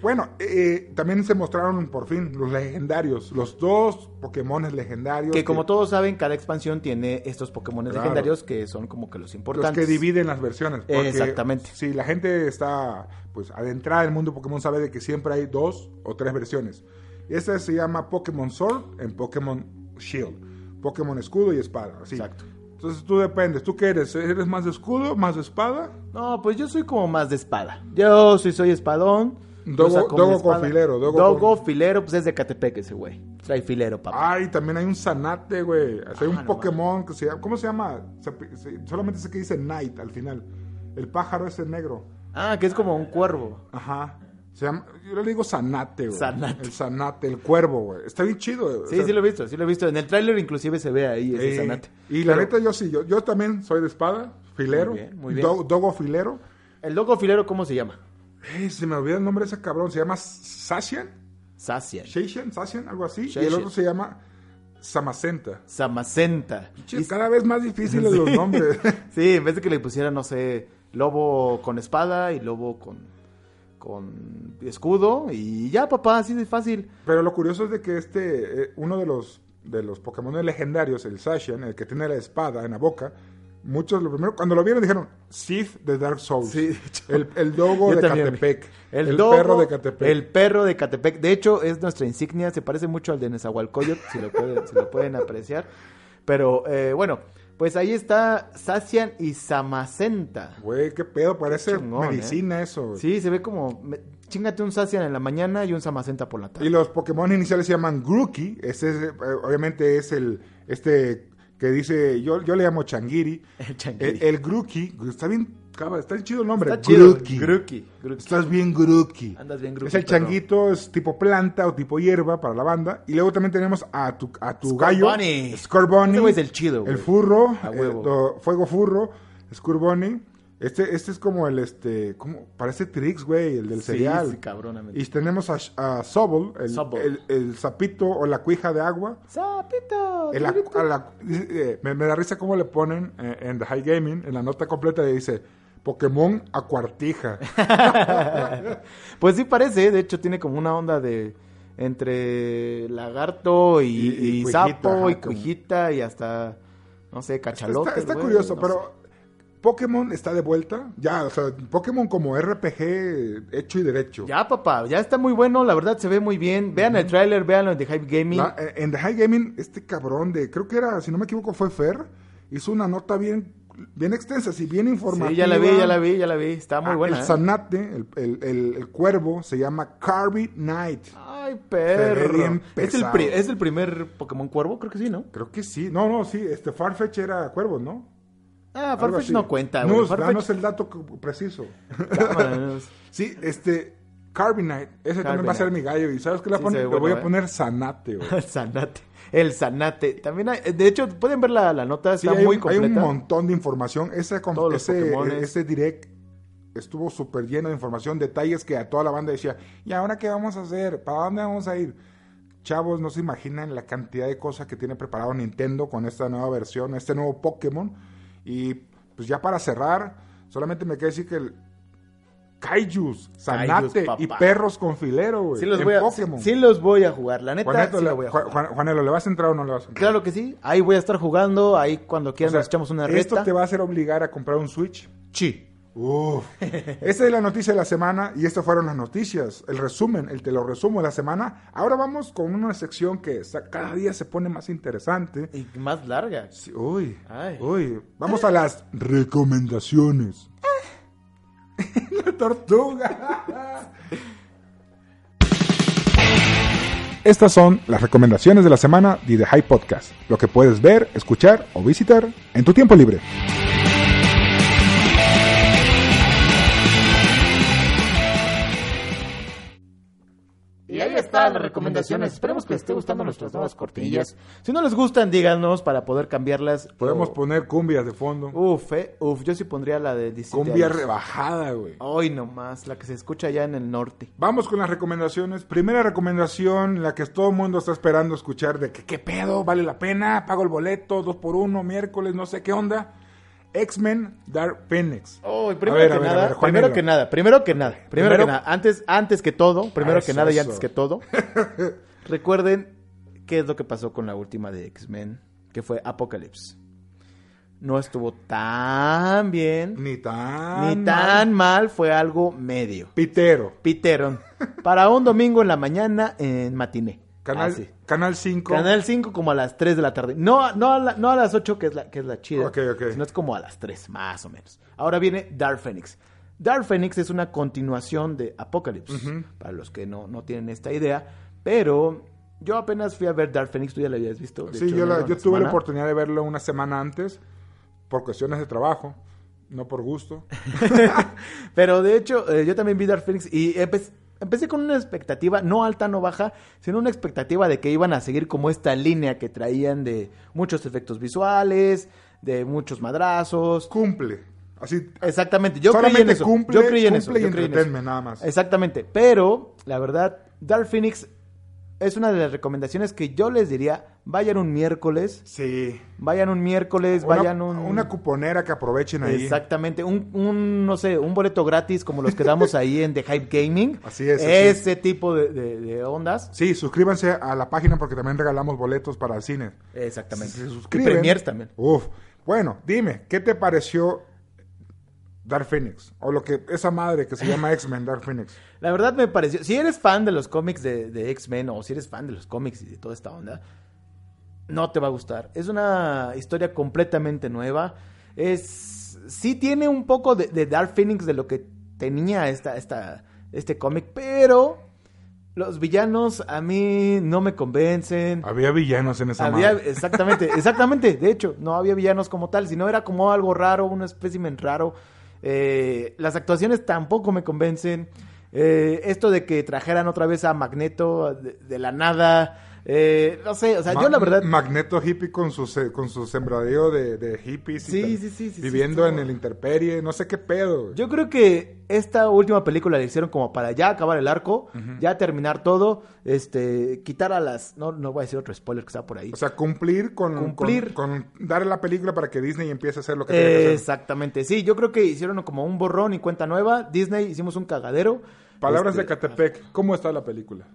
[SPEAKER 2] bueno, eh, también se mostraron por fin los legendarios, los dos Pokémones legendarios.
[SPEAKER 1] Que como todos saben, cada expansión tiene estos Pokémon
[SPEAKER 2] Claro.
[SPEAKER 1] legendarios que son como que los
[SPEAKER 2] los
[SPEAKER 1] importantes.
[SPEAKER 2] que dividen las versiones. porque
[SPEAKER 1] Exactamente.
[SPEAKER 2] Si la gente está pues adentrada en el mundo Pokémon sabe de que siempre hay dos o tres versiones. Esta se llama Pokémon Sword en Pokémon Shield. Pokémon Escudo y Espada. así.
[SPEAKER 1] Exacto.
[SPEAKER 2] Entonces tú dependes. ¿Tú qué eres? ¿Eres más de escudo, más de espada?
[SPEAKER 1] No, pues yo soy como más de espada. Yo sí soy espadón. yo
[SPEAKER 2] Dogo-
[SPEAKER 1] saco mi
[SPEAKER 2] Dogo
[SPEAKER 1] espada.
[SPEAKER 2] con filero, Dogo
[SPEAKER 1] Dogo,
[SPEAKER 2] con-
[SPEAKER 1] filero, pues es de Catepec ese güey. Trae filero, papá.
[SPEAKER 2] Ay, también hay un Zanate, güey. Así hay
[SPEAKER 1] Ah,
[SPEAKER 2] un
[SPEAKER 1] no
[SPEAKER 2] Pokémon que se llama... ¿Cómo se llama? Se- se- solamente sé que dice Knight al final. El pájaro ese negro.
[SPEAKER 1] Ah, que es como un cuervo.
[SPEAKER 2] Ajá. Se llama, yo le digo Zanate, güey.
[SPEAKER 1] Zanate.
[SPEAKER 2] El Zanate, el cuervo, güey. Está bien chido. güey. O
[SPEAKER 1] Sí,
[SPEAKER 2] sea,
[SPEAKER 1] sí lo he visto, sí lo he visto. En el tráiler inclusive se ve ahí ese
[SPEAKER 2] eh,
[SPEAKER 1] zanate.
[SPEAKER 2] Y la neta, yo sí. Yo, yo también soy de espada, filero.
[SPEAKER 1] Muy bien, muy bien.
[SPEAKER 2] do- dogo filero.
[SPEAKER 1] ¿El loco filero cómo se llama?
[SPEAKER 2] Eh, se me olvida el nombre de ese cabrón. Se llama Sasian.
[SPEAKER 1] Sacia.
[SPEAKER 2] Sasian, Sasian, algo así. Y el
[SPEAKER 1] Sashian.
[SPEAKER 2] otro se llama Samacenta.
[SPEAKER 1] Samacenta.
[SPEAKER 2] Che, cada vez más difíciles
[SPEAKER 1] (laughs)
[SPEAKER 2] los nombres.
[SPEAKER 1] Sí, en vez de que le pusieran, no sé, lobo con espada y lobo con, con escudo. Y ya, papá, así de fácil.
[SPEAKER 2] Pero lo curioso es de que este, eh, uno de los, de los Pokémon legendarios, el Sashian, el que tiene la espada en la boca, muchos lo primero, cuando lo vieron dijeron, Sith de Dark Souls.
[SPEAKER 1] Sí, de hecho.
[SPEAKER 2] el, el dogo
[SPEAKER 1] Yo
[SPEAKER 2] de
[SPEAKER 1] también.
[SPEAKER 2] Catepec. El,
[SPEAKER 1] El, dogo,
[SPEAKER 2] perro de Catepec.
[SPEAKER 1] El perro de Catepec. De hecho, es nuestra insignia. Se parece mucho al de Nezahualcóyotl, si, lo pueden, si lo pueden apreciar. Pero, eh, bueno, pues ahí está Sacian y Samacenta.
[SPEAKER 2] Güey, qué pedo, parece
[SPEAKER 1] Chingón, ¿eh?
[SPEAKER 2] medicina eso. güey.
[SPEAKER 1] Sí, se ve como... me- Chingate un Sacian en la mañana y un Samacenta por la
[SPEAKER 2] Y
[SPEAKER 1] tarde.
[SPEAKER 2] los Pokémon iniciales se llaman Grookey. Ese es, eh, obviamente es el, este que dice, yo, yo le llamo Changiri.
[SPEAKER 1] El changuiri.
[SPEAKER 2] El, el Grookey, está bien, caba- está chido el nombre.
[SPEAKER 1] Está chido.
[SPEAKER 2] Grookey.
[SPEAKER 1] Gruki. Gruki.
[SPEAKER 2] Estás bien gruki.
[SPEAKER 1] Andas bien gruki,
[SPEAKER 2] Es el
[SPEAKER 1] perro.
[SPEAKER 2] changuito, es tipo planta o tipo hierba para la banda. Y luego también tenemos a tu, a tu
[SPEAKER 1] Score
[SPEAKER 2] gallo.
[SPEAKER 1] Bunny. Este
[SPEAKER 2] Score Bunny.
[SPEAKER 1] Ese güey es el chido,
[SPEAKER 2] El
[SPEAKER 1] güey.
[SPEAKER 2] furro.
[SPEAKER 1] A
[SPEAKER 2] el
[SPEAKER 1] huevo.
[SPEAKER 2] do- fuego furro. Score Bunny. Este, este es como el, este, como, parece Trix, güey, el del
[SPEAKER 1] Sí,
[SPEAKER 2] cereal.
[SPEAKER 1] sí, cabronamente.
[SPEAKER 2] Y tenemos a, Sh- a Sobol, el,
[SPEAKER 1] Sobol.
[SPEAKER 2] el- el sapito o la cuija de agua.
[SPEAKER 1] ¡Sapito!
[SPEAKER 2] El acu- a la- eh, me, me da risa cómo le ponen eh, en The High Gaming, en la nota completa, le dice Pokémon acuartija.
[SPEAKER 1] Pues sí parece, de hecho tiene como una onda de entre lagarto y,
[SPEAKER 2] Y- y
[SPEAKER 1] y
[SPEAKER 2] cuijita,
[SPEAKER 1] sapo
[SPEAKER 2] ajá,
[SPEAKER 1] y
[SPEAKER 2] como-
[SPEAKER 1] cuijita y hasta, no sé, cachalote.
[SPEAKER 2] está está
[SPEAKER 1] güey,
[SPEAKER 2] curioso,
[SPEAKER 1] no sé.
[SPEAKER 2] pero Pokémon está de vuelta. Ya, o sea, Pokémon como RPG hecho y derecho.
[SPEAKER 1] Ya, papá, ya está muy bueno, la verdad se ve muy bien. Vean el tráiler, vean de Hype Gaming.
[SPEAKER 2] La- eh, en The High Gaming, este cabrón de, creo que era, si no me equivoco, fue Fer, hizo una nota bien, bien extensa, así bien informativa.
[SPEAKER 1] Sí, ya la vi, ya la vi, ya la vi, está muy
[SPEAKER 2] Ah,
[SPEAKER 1] buena.
[SPEAKER 2] El
[SPEAKER 1] ¿eh?
[SPEAKER 2] zanate, el, el- el- el cuervo, se llama Carby Knight.
[SPEAKER 1] Ay, perro.
[SPEAKER 2] bien
[SPEAKER 1] es, el
[SPEAKER 2] pesado.
[SPEAKER 1] pri- es el primer Pokémon Cuervo, creo que sí, ¿no?
[SPEAKER 2] Creo que sí. No, no, sí, este Farfetch era cuervo, ¿no?
[SPEAKER 1] Ah,
[SPEAKER 2] Algo
[SPEAKER 1] Farfetch
[SPEAKER 2] así.
[SPEAKER 1] no cuenta, güey.
[SPEAKER 2] No,
[SPEAKER 1] Farfetch-
[SPEAKER 2] danos el dato cu- preciso.
[SPEAKER 1] (laughs) Cámaras.
[SPEAKER 2] Sí, este, Carby Knight, ese también va a ser mi gallo. ¿Y sabes qué le
[SPEAKER 1] Sí, se
[SPEAKER 2] pone?
[SPEAKER 1] ve
[SPEAKER 2] Le
[SPEAKER 1] bueno,
[SPEAKER 2] voy a
[SPEAKER 1] ¿eh?
[SPEAKER 2] poner
[SPEAKER 1] (laughs)
[SPEAKER 2] zanate, güey.
[SPEAKER 1] El Zanate. El Zanate. También hay, de hecho, pueden ver la, la nota,
[SPEAKER 2] Sí,
[SPEAKER 1] está
[SPEAKER 2] hay,
[SPEAKER 1] muy
[SPEAKER 2] un- hay
[SPEAKER 1] completa.
[SPEAKER 2] un montón de información. Ese, con-
[SPEAKER 1] Todos los
[SPEAKER 2] ese,
[SPEAKER 1] Pokémones.
[SPEAKER 2] ese direct estuvo súper lleno de información, detalles que a toda la banda decía, ¿y ahora qué vamos a hacer? ¿Para dónde vamos a ir? Chavos, no se imaginan la cantidad de cosas que tiene preparado Nintendo con esta nueva versión, este nuevo Pokémon. Y pues ya para cerrar, solamente me queda decir que el Kaijus, Zanate
[SPEAKER 1] Kaijus,
[SPEAKER 2] y
[SPEAKER 1] papá.
[SPEAKER 2] perros con filero, güey.
[SPEAKER 1] Sí los,
[SPEAKER 2] en
[SPEAKER 1] voy a, sí,
[SPEAKER 2] Pokémon.
[SPEAKER 1] sí los voy a jugar, la neta.
[SPEAKER 2] Juanelo,
[SPEAKER 1] sí
[SPEAKER 2] le-
[SPEAKER 1] la voy a
[SPEAKER 2] Juan-
[SPEAKER 1] jugar.
[SPEAKER 2] Juan- Juanelo, ¿le vas a entrar o no le vas a entrar?
[SPEAKER 1] Claro que sí, ahí voy a estar jugando, ahí cuando
[SPEAKER 2] O
[SPEAKER 1] quieran
[SPEAKER 2] sea,
[SPEAKER 1] nos echamos una
[SPEAKER 2] Esto
[SPEAKER 1] reta.
[SPEAKER 2] te va a hacer obligar a comprar un Switch.
[SPEAKER 1] Sí.
[SPEAKER 2] (laughs) Uf. Esta es la noticia de la semana y estas fueron las noticias. El resumen, el te lo resumo de la semana. Ahora vamos con una sección que sa- cada día se pone más interesante.
[SPEAKER 1] Y más larga.
[SPEAKER 2] Sí, Uy,
[SPEAKER 1] Ay.
[SPEAKER 2] uy. Vamos a las recomendaciones. (laughs) la tortuga. Estas son las recomendaciones de la semana de The High Podcast, lo que puedes ver, escuchar o visitar en tu tiempo libre.
[SPEAKER 4] Y ahí están las recomendaciones. Esperemos que les esté gustando nuestras nuevas cortillas.
[SPEAKER 1] Si no les gustan, díganos para poder cambiarlas.
[SPEAKER 2] Podemos
[SPEAKER 1] O-
[SPEAKER 2] poner cumbias de fondo.
[SPEAKER 1] Uf, eh, uf, yo sí pondría la de 17
[SPEAKER 2] Cumbia
[SPEAKER 1] años.
[SPEAKER 2] rebajada, güey.
[SPEAKER 1] Ay, nomás, la que se escucha allá en el norte.
[SPEAKER 2] Vamos con las recomendaciones. Primera recomendación, la que todo el mundo está esperando escuchar de que qué pedo, vale la pena, pago el boleto, dos por uno, miércoles, no sé qué onda. X-Men Dark Phoenix.
[SPEAKER 1] Ay,
[SPEAKER 2] A ver,
[SPEAKER 1] primero
[SPEAKER 2] a
[SPEAKER 1] que
[SPEAKER 2] ver, a
[SPEAKER 1] nada,
[SPEAKER 2] ver, Juanelo.
[SPEAKER 1] primero que nada, primero que nada, primero, que
[SPEAKER 2] Primero-
[SPEAKER 1] nada, antes, antes que todo, primero que
[SPEAKER 2] Eso,
[SPEAKER 1] nada y
[SPEAKER 2] eso.
[SPEAKER 1] antes que
[SPEAKER 2] (laughs)
[SPEAKER 1] todo, recuerden qué es lo que pasó con la última de X-Men, que fue Apocalypse. No estuvo tan bien,
[SPEAKER 2] Ni tan...
[SPEAKER 1] ni tan mal, fue algo medio.
[SPEAKER 2] Pitero. (laughs)
[SPEAKER 1] Piteron. Para un domingo en la mañana en matiné.
[SPEAKER 2] Canal,
[SPEAKER 1] Así.
[SPEAKER 2] canal 5.
[SPEAKER 1] Ah, Canal 5 como a las 3 de la tarde. No, no, a, la- no a las 8 que es la, que es la chida.
[SPEAKER 2] Ok, ok.
[SPEAKER 1] Sino es como a las 3, más o menos. Ahora viene Dark Phoenix. Dark Phoenix es una continuación de Apocalypse. Para los que no, no tienen esta idea. Pero yo apenas fui a ver Dark Phoenix. Tú ya la habías visto. de
[SPEAKER 2] Sí,
[SPEAKER 1] hecho,
[SPEAKER 2] yo,
[SPEAKER 1] ¿no?
[SPEAKER 2] la-
[SPEAKER 1] En
[SPEAKER 2] yo tuve la
[SPEAKER 1] semana.
[SPEAKER 2] oportunidad de verlo una semana antes por cuestiones de trabajo, no por gusto.
[SPEAKER 1] Pero de hecho, eh, yo también vi Dark Phoenix y empe- empecé con una expectativa, no alta, no baja, sino una expectativa de que iban a seguir como esta línea que traían de muchos efectos visuales, de muchos madrazos.
[SPEAKER 2] Cumple. Así,
[SPEAKER 1] Exactamente, yo
[SPEAKER 2] Solamente
[SPEAKER 1] creí en eso.
[SPEAKER 2] cumple-
[SPEAKER 1] yo creí en eso.
[SPEAKER 2] cumple y
[SPEAKER 1] yo creí en eso.
[SPEAKER 2] entretenme, nada más.
[SPEAKER 1] Exactamente, pero la verdad, Dark Phoenix es una de las recomendaciones que yo les diría, vayan un miércoles,
[SPEAKER 2] sí.
[SPEAKER 1] vayan un miércoles,
[SPEAKER 2] Una-
[SPEAKER 1] vayan un
[SPEAKER 2] Una cuponera que aprovechen ahí.
[SPEAKER 1] Exactamente, un, un, no sé, un boleto gratis como los que damos ahí en The Hype Gaming.
[SPEAKER 2] Así es, así es.
[SPEAKER 1] Ese tipo de, de- de ondas.
[SPEAKER 2] Sí, suscríbanse a la página porque también regalamos boletos para el cine.
[SPEAKER 1] Exactamente.
[SPEAKER 2] Si se
[SPEAKER 1] y
[SPEAKER 2] suscriben-
[SPEAKER 1] premiers también.
[SPEAKER 2] Uf. Bueno, dime, ¿qué te pareció Dark Phoenix? O lo que esa madre que
[SPEAKER 1] (laughs)
[SPEAKER 2] se llama X-Men Dark Phoenix.
[SPEAKER 1] La verdad me pareció, si eres fan de los cómics de, de X-Men o si eres fan de los cómics y de toda esta onda, no te va a gustar. Es una historia completamente nueva. Es sí tiene un poco de, de Dark Phoenix de lo que tenía esta, esta, este cómic, pero los villanos a mí no me convencen.
[SPEAKER 2] Había villanos en esa
[SPEAKER 1] Había,
[SPEAKER 2] madre. (laughs)
[SPEAKER 1] exactamente, exactamente. De hecho, no había villanos como tal, sino era como algo raro, un espécimen raro. Eh, las actuaciones tampoco me convencen. Eh, esto de que trajeran otra vez a Magneto de, de la nada, Eh, no sé, o sea, yo la verdad...
[SPEAKER 2] Magneto hippie con su, se- con su sembradío de, de hippies. y
[SPEAKER 1] Sí,
[SPEAKER 2] tal,
[SPEAKER 1] sí, sí, sí,
[SPEAKER 2] Viviendo
[SPEAKER 1] sí,
[SPEAKER 2] en
[SPEAKER 1] estuvo-
[SPEAKER 2] el interperie, no sé qué pedo. güey.
[SPEAKER 1] Yo creo que esta última película la hicieron como para ya acabar el arco, ya terminar todo, este, quitar a las, no, no voy a decir otro spoiler que está por ahí.
[SPEAKER 2] O sea, cumplir con,
[SPEAKER 1] Cumplir.
[SPEAKER 2] Con, con dar la película para que Disney empiece a hacer lo que tiene que hacer.
[SPEAKER 1] Exactamente, sí, yo creo que hicieron como un borrón y cuenta nueva. Disney hicimos un cagadero.
[SPEAKER 2] Palabras de
[SPEAKER 1] Este,
[SPEAKER 2] Catepec, ¿cómo está la película?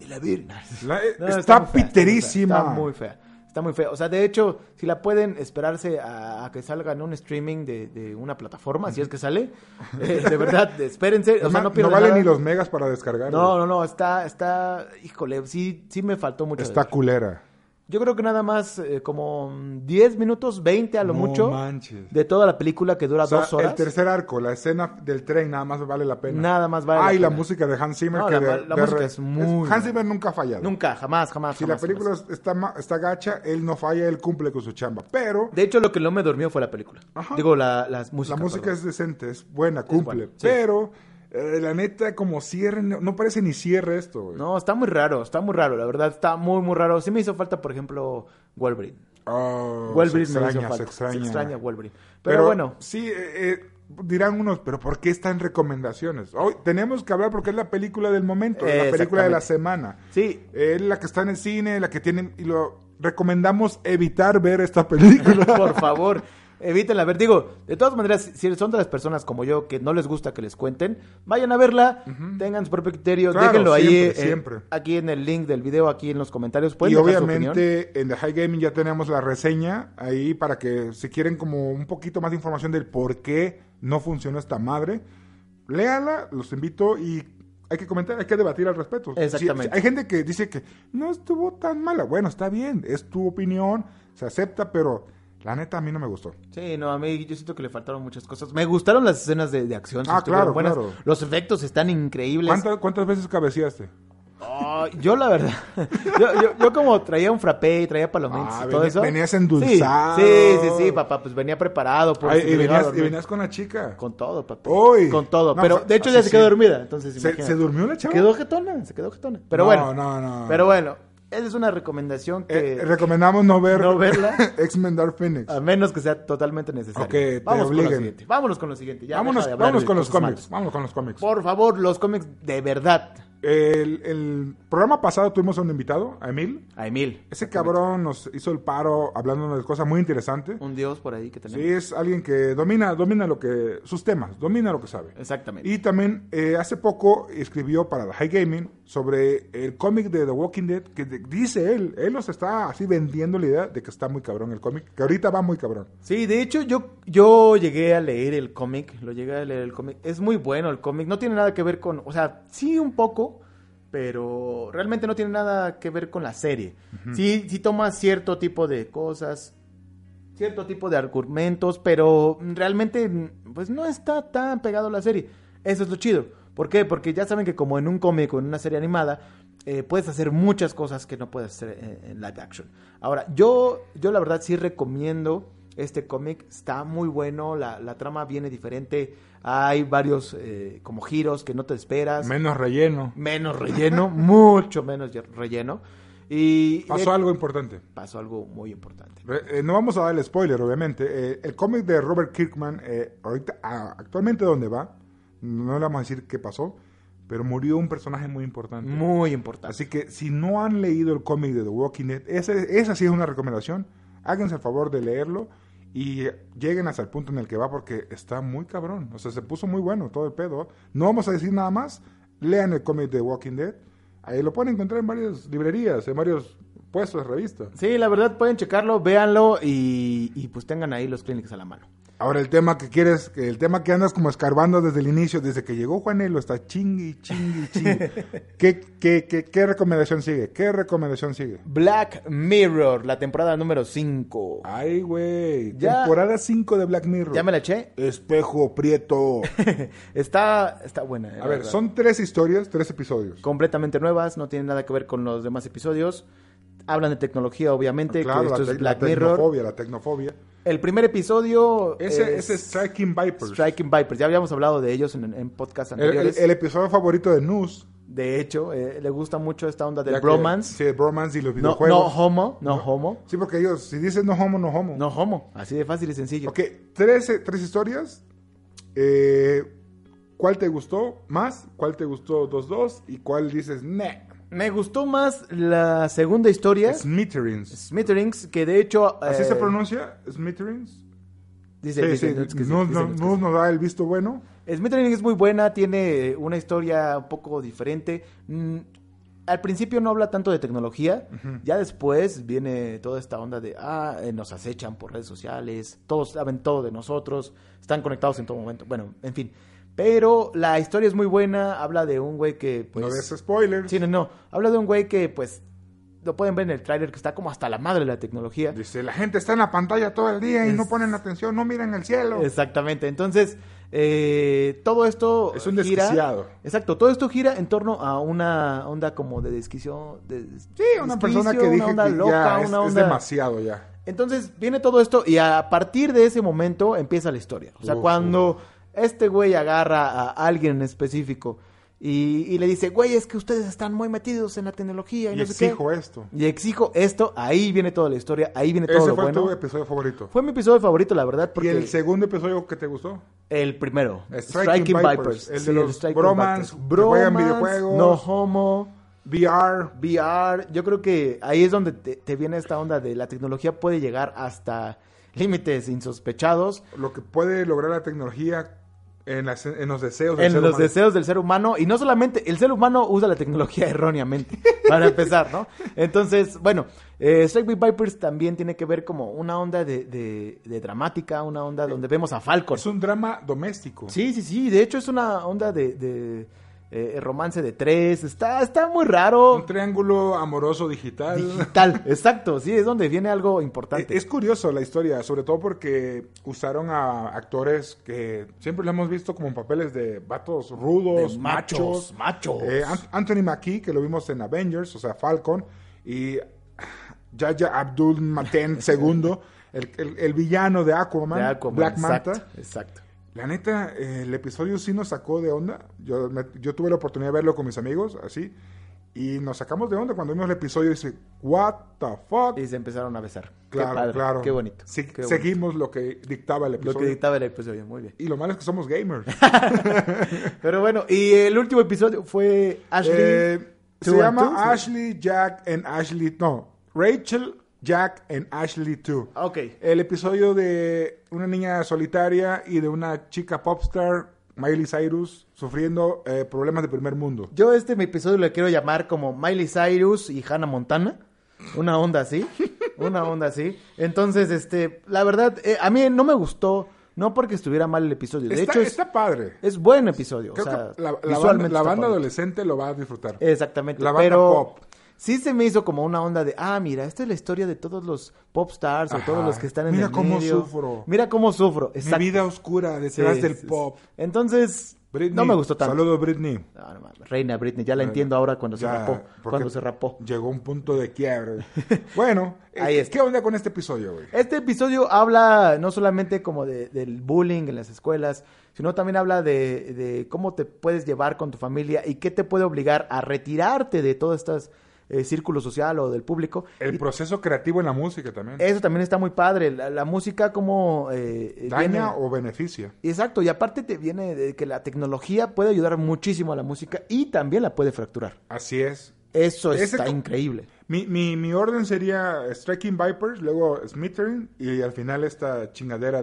[SPEAKER 1] y la Virgen.
[SPEAKER 2] La-
[SPEAKER 1] (laughs)
[SPEAKER 2] eh,
[SPEAKER 1] No,
[SPEAKER 2] está,
[SPEAKER 1] muy fea,
[SPEAKER 2] piterísima.
[SPEAKER 1] Está muy fea. Está muy fea. Está muy fea. O sea, de hecho, si la pueden esperarse a, a que salga en un streaming de, de una plataforma, si es que sale, (laughs) eh, de verdad, espérense. O sea,
[SPEAKER 2] Ma-
[SPEAKER 1] no pierdan
[SPEAKER 2] vale
[SPEAKER 1] nada.
[SPEAKER 2] ni los megas para descargar.
[SPEAKER 1] No,
[SPEAKER 2] güey.
[SPEAKER 1] no, no, está, está, híjole, sí, sí me faltó mucho. de
[SPEAKER 2] Está
[SPEAKER 1] ver.
[SPEAKER 2] culera.
[SPEAKER 1] Yo creo que nada más eh, como mm, 10 minutos, 20 a lo
[SPEAKER 2] No
[SPEAKER 1] mucho
[SPEAKER 2] manches.
[SPEAKER 1] de toda la película que dura
[SPEAKER 2] O sea,
[SPEAKER 1] dos horas.
[SPEAKER 2] el tercer arco, la escena del tren, nada más vale la pena.
[SPEAKER 1] Nada más vale
[SPEAKER 2] Ah,
[SPEAKER 1] la
[SPEAKER 2] y la
[SPEAKER 1] pena.
[SPEAKER 2] música de Hans Zimmer.
[SPEAKER 1] No,
[SPEAKER 2] que
[SPEAKER 1] la-
[SPEAKER 2] de-
[SPEAKER 1] la
[SPEAKER 2] de-
[SPEAKER 1] música es muy
[SPEAKER 2] Hans Zimmer nunca ha fallado.
[SPEAKER 1] Nunca, jamás, jamás.
[SPEAKER 2] Si la
[SPEAKER 1] jamás,
[SPEAKER 2] película
[SPEAKER 1] jamás.
[SPEAKER 2] está, ma- está gacha, él no falla, él cumple con su chamba. Pero
[SPEAKER 1] De hecho, lo que no me durmió fue la película.
[SPEAKER 2] Ajá.
[SPEAKER 1] Digo, la, las música.
[SPEAKER 2] la música
[SPEAKER 1] perdón.
[SPEAKER 2] es decente, es buena, cumple.
[SPEAKER 1] buena, sí.
[SPEAKER 2] Pero eh, la neta, como cierre, no, no parece ni cierre esto. güey.
[SPEAKER 1] No, está muy raro, está muy raro, la verdad, está muy, muy raro. Sí me hizo falta, por ejemplo, Wolverine.
[SPEAKER 2] Oh,
[SPEAKER 1] Wolverine
[SPEAKER 2] se
[SPEAKER 1] me hizo
[SPEAKER 2] extraña,
[SPEAKER 1] falta.
[SPEAKER 2] se extraña.
[SPEAKER 1] Wolverine. Pero,
[SPEAKER 2] Pero,
[SPEAKER 1] bueno,
[SPEAKER 2] Sí, eh, eh, dirán unos, pero ¿por qué están recomendaciones? Hoy tenemos que hablar porque es la película del momento, es la película de la
[SPEAKER 1] Exactamente.
[SPEAKER 2] semana.
[SPEAKER 1] sí,
[SPEAKER 2] Es la que está en el cine, la que tienen, y lo recomendamos evitar ver esta película.
[SPEAKER 1] por favor, (laughs) evítenla. A ver, digo, de todas maneras, si son de las personas como yo que no les gusta que les cuenten, vayan a verla, tengan su propio criterio,
[SPEAKER 2] Claro,
[SPEAKER 1] déjenlo ahí.
[SPEAKER 2] siempre,
[SPEAKER 1] eh,
[SPEAKER 2] siempre.
[SPEAKER 1] Aquí en el link del video, aquí en los comentarios.
[SPEAKER 2] y
[SPEAKER 1] Pueden dejar su opinión.
[SPEAKER 2] obviamente en The High Gaming ya tenemos la reseña ahí para que si quieren como un poquito más de información del por qué no funcionó esta madre, léala, los invito y hay que comentar, hay que debatir al respecto. Si-
[SPEAKER 1] Exactamente.
[SPEAKER 2] si hay gente que dice que no estuvo tan mala. Bueno, está bien, es tu opinión, se acepta, pero la neta a mí no me gustó.
[SPEAKER 1] Sí, no, a mí yo siento que le faltaron muchas cosas. Me gustaron las escenas de, de acción. sí
[SPEAKER 2] Ah,
[SPEAKER 1] estuvieron
[SPEAKER 2] claro,
[SPEAKER 1] buenas.
[SPEAKER 2] claro.
[SPEAKER 1] Los efectos están increíbles.
[SPEAKER 2] ¿Cuántas, cuántas veces cabeceaste?
[SPEAKER 1] Ay, yo la verdad, (laughs) yo, yo- yo como traía un frappé y traía palomitas
[SPEAKER 2] Ah,
[SPEAKER 1] y todo
[SPEAKER 2] veni-
[SPEAKER 1] eso.
[SPEAKER 2] venías endulzado.
[SPEAKER 1] Sí, sí, sí, sí, papá, pues venía preparado. por
[SPEAKER 2] Ay,
[SPEAKER 1] si
[SPEAKER 2] y,
[SPEAKER 1] me llegaba a
[SPEAKER 2] venías, y
[SPEAKER 1] dormir.
[SPEAKER 2] venías con la chica.
[SPEAKER 1] Con todo, papá.
[SPEAKER 2] Uy.
[SPEAKER 1] Con todo,
[SPEAKER 2] No,
[SPEAKER 1] pero
[SPEAKER 2] pues,
[SPEAKER 1] de hecho
[SPEAKER 2] así
[SPEAKER 1] ya se
[SPEAKER 2] sí.
[SPEAKER 1] quedó dormida, entonces
[SPEAKER 2] ¿Se,
[SPEAKER 1] imagínate.
[SPEAKER 2] se durmió la chava?
[SPEAKER 1] Quedó jetona, se quedó jetona. Pero
[SPEAKER 2] No,
[SPEAKER 1] bueno.
[SPEAKER 2] no, no.
[SPEAKER 1] Pero bueno, esa es una recomendación que...
[SPEAKER 2] Eh, recomendamos no
[SPEAKER 1] (laughs)
[SPEAKER 2] ver
[SPEAKER 1] no verla.
[SPEAKER 2] (laughs) X-Men Dark Phoenix.
[SPEAKER 1] a menos que sea totalmente necesario.
[SPEAKER 2] O que te
[SPEAKER 1] Vamos con lo
[SPEAKER 2] obliguen.
[SPEAKER 1] siguiente. Vámonos con lo siguiente. ya
[SPEAKER 2] vámonos
[SPEAKER 1] deja de hablar
[SPEAKER 2] vámonos
[SPEAKER 1] de
[SPEAKER 2] con los
[SPEAKER 1] cosas
[SPEAKER 2] cómics.
[SPEAKER 1] malas.
[SPEAKER 2] Vámonos con los cómics.
[SPEAKER 1] Por favor, los cómics de verdad.
[SPEAKER 2] El, el programa pasado tuvimos a un invitado, a Emil.
[SPEAKER 1] A Emil.
[SPEAKER 2] Ese cabrón nos hizo el paro hablándonos de cosas muy interesantes.
[SPEAKER 1] Un dios por ahí que
[SPEAKER 2] Sí,
[SPEAKER 1] tenemos.
[SPEAKER 2] es alguien que domina, domina lo que, sus temas, domina lo que sabe.
[SPEAKER 1] Exactamente.
[SPEAKER 2] Y también eh, hace poco escribió para The High Gaming sobre el cómic de The Walking Dead, que de- dice él, él nos está así vendiendo la idea de que está muy cabrón el cómic, que ahorita va muy cabrón.
[SPEAKER 1] Sí, de hecho yo, yo llegué a leer el cómic, lo llegué a leer el cómic. Es muy bueno el cómic, no tiene nada que ver con, o sea, sí un poco, pero realmente no tiene nada que ver con la serie. Sí, sí toma cierto tipo de cosas, cierto tipo de argumentos, pero realmente pues no está tan pegado a la serie. Eso es lo chido. ¿Por qué? Porque ya saben que como en un cómic o en una serie animada, eh, puedes hacer muchas cosas que no puedes hacer en, en live action. Ahora, yo, yo la verdad sí recomiendo este cómic. Está muy bueno, la, la trama viene diferente. Hay varios eh, como giros que no te esperas.
[SPEAKER 2] Menos relleno.
[SPEAKER 1] menos relleno, (laughs) mucho menos ye- relleno. Y
[SPEAKER 2] Pasó
[SPEAKER 1] eh,
[SPEAKER 2] algo importante.
[SPEAKER 1] pasó algo muy importante.
[SPEAKER 2] Re- eh, no vamos a dar el spoiler, obviamente. Eh, el cómic de Robert Kirkman, eh, ahorita, a- actualmente donde va, no le vamos a decir qué pasó, pero murió un personaje muy importante.
[SPEAKER 1] Muy importante.
[SPEAKER 2] Así que si no han leído el cómic de The Walking Dead, ese- esa sí es una recomendación. Háganse el favor de leerlo y eh, lleguen hasta el punto en el que va porque está muy cabrón. O sea, se puso muy bueno todo el pedo. No vamos a decir nada más. Lean el cómic de The Walking Dead. Ahí lo pueden encontrar en varias librerías, en varios puestos de revistas.
[SPEAKER 1] Sí, la verdad pueden checarlo, véanlo y, y, pues tengan ahí los clínicos a la mano.
[SPEAKER 2] Ahora el tema que quieres, que el tema que andas como escarbando desde el inicio, desde que llegó Juanelo, está chingui, chingui,
[SPEAKER 1] (laughs)
[SPEAKER 2] chingui. ¿Qué, qué, qué, qué recomendación sigue? ¿Qué recomendación sigue?
[SPEAKER 1] Black Mirror, la temporada número 5.
[SPEAKER 2] Ay, güey.
[SPEAKER 1] Ya-
[SPEAKER 2] Temporada 5 de Black Mirror.
[SPEAKER 1] ¿Ya me la eché? (laughs)
[SPEAKER 2] Espejo Prieto.
[SPEAKER 1] está, está buena. eh, la
[SPEAKER 2] A ver,
[SPEAKER 1] verdad.
[SPEAKER 2] son tres historias, tres episodios.
[SPEAKER 1] completamente nuevas, no tienen nada que ver con los demás episodios. Hablan de tecnología,
[SPEAKER 2] Ah,
[SPEAKER 1] obviamente, que esto es
[SPEAKER 2] tec-
[SPEAKER 1] Black Mirror.
[SPEAKER 2] tecnofobia, la tecnofobia.
[SPEAKER 1] El primer episodio
[SPEAKER 2] Ese
[SPEAKER 1] es
[SPEAKER 2] ese es Striking Vipers.
[SPEAKER 1] Striking Vipers. Ya habíamos hablado de ellos en, en podcast
[SPEAKER 2] el, el-
[SPEAKER 1] anteriores.
[SPEAKER 2] el episodio favorito de News.
[SPEAKER 1] de hecho, eh, le gusta mucho esta onda del
[SPEAKER 2] Ya que-
[SPEAKER 1] bromance.
[SPEAKER 2] Sí, bromance y los
[SPEAKER 1] no, no
[SPEAKER 2] videojuegos.
[SPEAKER 1] homo, no, homo.
[SPEAKER 2] Sí, porque ellos, si dicen no homo, no homo.
[SPEAKER 1] No homo. Así de fácil y sencillo.
[SPEAKER 2] Ok, tres, tres historias. Eh, ¿Cuál te gustó más? ¿Cuál te gustó 2-2? ¿Y cuál dices, ne?
[SPEAKER 1] Me gustó más la segunda historia,
[SPEAKER 2] Smithereens.
[SPEAKER 1] Smithereens, que de hecho...
[SPEAKER 2] ¿Así
[SPEAKER 1] eh,
[SPEAKER 2] se pronuncia? ¿Smithereens?
[SPEAKER 1] Dice,
[SPEAKER 2] Sí,
[SPEAKER 1] dice
[SPEAKER 2] sí.
[SPEAKER 1] Nuts que sí,
[SPEAKER 2] No,
[SPEAKER 1] dice
[SPEAKER 2] no,
[SPEAKER 1] Nuts que
[SPEAKER 2] no
[SPEAKER 1] sí.
[SPEAKER 2] nos da el visto bueno.
[SPEAKER 1] Smithereens es muy buena, tiene una historia un poco diferente. Mm, al principio no habla tanto de tecnología, ya después viene toda esta onda de, ah, eh, nos acechan por redes sociales, todos saben todo de nosotros, están conectados en todo momento, bueno, en fin. Pero la historia es muy buena, habla de un güey que... Pues,
[SPEAKER 2] no des spoilers.
[SPEAKER 1] Sí, no, no. Habla de un güey que, pues, lo pueden ver en el tráiler, que está como hasta la madre de la tecnología.
[SPEAKER 2] Dice, la gente está en la pantalla todo el día y
[SPEAKER 1] Es-
[SPEAKER 2] no ponen atención, no miran el cielo.
[SPEAKER 1] Exactamente. Entonces, eh, todo esto
[SPEAKER 2] Es un
[SPEAKER 1] gira-
[SPEAKER 2] desquiciado.
[SPEAKER 1] Exacto. Todo esto gira en torno a una onda como de desquicio. de-
[SPEAKER 2] sí, una
[SPEAKER 1] desquicio,
[SPEAKER 2] persona que
[SPEAKER 1] una
[SPEAKER 2] dije
[SPEAKER 1] onda
[SPEAKER 2] que
[SPEAKER 1] loca,
[SPEAKER 2] ya es,
[SPEAKER 1] una
[SPEAKER 2] es
[SPEAKER 1] onda-
[SPEAKER 2] demasiado ya.
[SPEAKER 1] Entonces viene todo esto y a partir de ese momento empieza la historia. O sea,
[SPEAKER 2] Uf,
[SPEAKER 1] cuando este güey agarra a alguien en específico y, y le dice, güey, es que ustedes están muy metidos en la tecnología y,
[SPEAKER 2] Y
[SPEAKER 1] no sé qué".
[SPEAKER 2] exijo esto.
[SPEAKER 1] Y exijo esto, ahí viene toda la historia, ahí viene todo
[SPEAKER 2] Ese
[SPEAKER 1] lo
[SPEAKER 2] fue
[SPEAKER 1] bueno.
[SPEAKER 2] tu episodio favorito.
[SPEAKER 1] Fue mi episodio favorito, la verdad, porque
[SPEAKER 2] ¿Y el segundo episodio que te gustó?
[SPEAKER 1] el primero,
[SPEAKER 2] Striking Vipers, el de los
[SPEAKER 1] Striking
[SPEAKER 2] bromance,
[SPEAKER 1] Vipers.
[SPEAKER 2] que juegan
[SPEAKER 1] Bromance,
[SPEAKER 2] videojuegos.
[SPEAKER 1] no homo,
[SPEAKER 2] VR.
[SPEAKER 1] VR, yo creo que ahí es donde te, te viene esta onda de la tecnología puede llegar hasta límites insospechados
[SPEAKER 2] lo que puede lograr la tecnología en, las- en los deseos del
[SPEAKER 1] en
[SPEAKER 2] ser
[SPEAKER 1] los
[SPEAKER 2] humano.
[SPEAKER 1] deseos del ser humano y no solamente el ser humano usa la tecnología (laughs) erróneamente para empezar, ¿no? Entonces, bueno, eh, Strike Me Vipers también tiene que ver como una onda de, de- de dramática, una onda donde vemos a Falcon.
[SPEAKER 2] Es un drama doméstico.
[SPEAKER 1] Sí, sí, sí, de hecho es una onda de, de, eh, romance de tres, está, está muy raro.
[SPEAKER 2] Un triángulo amoroso digital. (laughs)
[SPEAKER 1] Digital, exacto, sí, es donde viene algo
[SPEAKER 2] Eh,
[SPEAKER 1] importante.
[SPEAKER 2] Es curioso la historia, sobre todo porque usaron a actores que siempre lo hemos visto como en papeles de vatos rudos,
[SPEAKER 1] De
[SPEAKER 2] machos.
[SPEAKER 1] machos, machos.
[SPEAKER 2] Eh, Ant- Anthony Mackie, que lo vimos en Avengers, o sea, Falcon, y Yaya
[SPEAKER 1] (laughs)
[SPEAKER 2] Abdul Maten II, el, el- el villano de Aquaman,
[SPEAKER 1] De Aquaman,
[SPEAKER 2] Black
[SPEAKER 1] exacto,
[SPEAKER 2] Manta.
[SPEAKER 1] Exacto.
[SPEAKER 2] La neta, eh, el episodio sí nos sacó de onda. Yo, me- yo tuve la oportunidad de verlo con mis amigos, así. Y nos sacamos de onda cuando vimos el episodio y dice, ¿What the fuck?
[SPEAKER 1] Y se empezaron a besar.
[SPEAKER 2] claro,
[SPEAKER 1] qué padre,
[SPEAKER 2] claro.
[SPEAKER 1] Qué bonito.
[SPEAKER 2] Sí,
[SPEAKER 1] qué bonito.
[SPEAKER 2] seguimos lo que dictaba el
[SPEAKER 1] Lo
[SPEAKER 2] episodio.
[SPEAKER 1] que dictaba el episodio, muy bien.
[SPEAKER 2] Y lo malo es que somos gamers.
[SPEAKER 1] Pero bueno, y el último episodio fue (laughs) Ashley.
[SPEAKER 2] Eh, se
[SPEAKER 1] Two and
[SPEAKER 2] llama
[SPEAKER 1] Two, sí.
[SPEAKER 2] Ashley, Jack and Ashley. No, Rachel, Jack and Ashley 2.
[SPEAKER 1] Ah, Ok.
[SPEAKER 2] El episodio de una niña solitaria y de una chica popstar, Miley Cyrus, sufriendo eh, problemas de primer mundo.
[SPEAKER 1] Yo este mi episodio le quiero llamar como Miley Cyrus y Hannah Montana. Una onda así. Una onda así. Entonces, este, la verdad, eh, a mí no me gustó. No porque estuviera mal el episodio. De
[SPEAKER 2] está,
[SPEAKER 1] hecho, es,
[SPEAKER 2] está padre.
[SPEAKER 1] es buen episodio.
[SPEAKER 2] Creo
[SPEAKER 1] o sea,
[SPEAKER 2] que la, la banda,
[SPEAKER 1] visualmente
[SPEAKER 2] la
[SPEAKER 1] está
[SPEAKER 2] banda
[SPEAKER 1] padre.
[SPEAKER 2] adolescente lo va a disfrutar.
[SPEAKER 1] Exactamente.
[SPEAKER 2] La banda
[SPEAKER 1] pero
[SPEAKER 2] pop.
[SPEAKER 1] sí se me hizo como una onda de, ah, mira, esta es la historia de todos los pop stars o
[SPEAKER 2] Ajá.
[SPEAKER 1] todos los que están en
[SPEAKER 2] Mira
[SPEAKER 1] el
[SPEAKER 2] cómo
[SPEAKER 1] medio.
[SPEAKER 2] sufro.
[SPEAKER 1] Mira cómo sufro.
[SPEAKER 2] Mi
[SPEAKER 1] Exacto.
[SPEAKER 2] vida oscura
[SPEAKER 1] Sí,
[SPEAKER 2] detrás del
[SPEAKER 1] sí, sí.
[SPEAKER 2] pop.
[SPEAKER 1] Entonces,
[SPEAKER 2] Britney,
[SPEAKER 1] no me gustó tanto.
[SPEAKER 2] Saludos, Britney.
[SPEAKER 1] Ah, no mames, Reina Britney, ya la
[SPEAKER 2] Bueno,
[SPEAKER 1] entiendo ahora cuando se
[SPEAKER 2] Ya,
[SPEAKER 1] rapó.
[SPEAKER 2] porque
[SPEAKER 1] Cuando se rapó.
[SPEAKER 2] Llegó un punto de
[SPEAKER 1] (laughs)
[SPEAKER 2] quiebre. bueno, eh,
[SPEAKER 1] Ahí está.
[SPEAKER 2] ¿qué onda con este episodio, güey?
[SPEAKER 1] Este episodio habla no solamente como de- del bullying en las escuelas, sino también habla de, de cómo te puedes llevar con tu familia y qué te puede obligar a retirarte de todo este círculo social o del público.
[SPEAKER 2] El
[SPEAKER 1] Y
[SPEAKER 2] proceso creativo en la música también.
[SPEAKER 1] eso también está muy padre. La, la música como... eh, eh, viene-
[SPEAKER 2] ¿Daña o beneficia?
[SPEAKER 1] Exacto, y aparte te viene de que la tecnología puede ayudar muchísimo a la música y también la puede fracturar.
[SPEAKER 2] Así es.
[SPEAKER 1] Eso
[SPEAKER 2] Ese
[SPEAKER 1] está
[SPEAKER 2] co-
[SPEAKER 1] increíble.
[SPEAKER 2] Mi, mi, mi orden sería Striking Vipers, luego Smithering y al final esta chingadera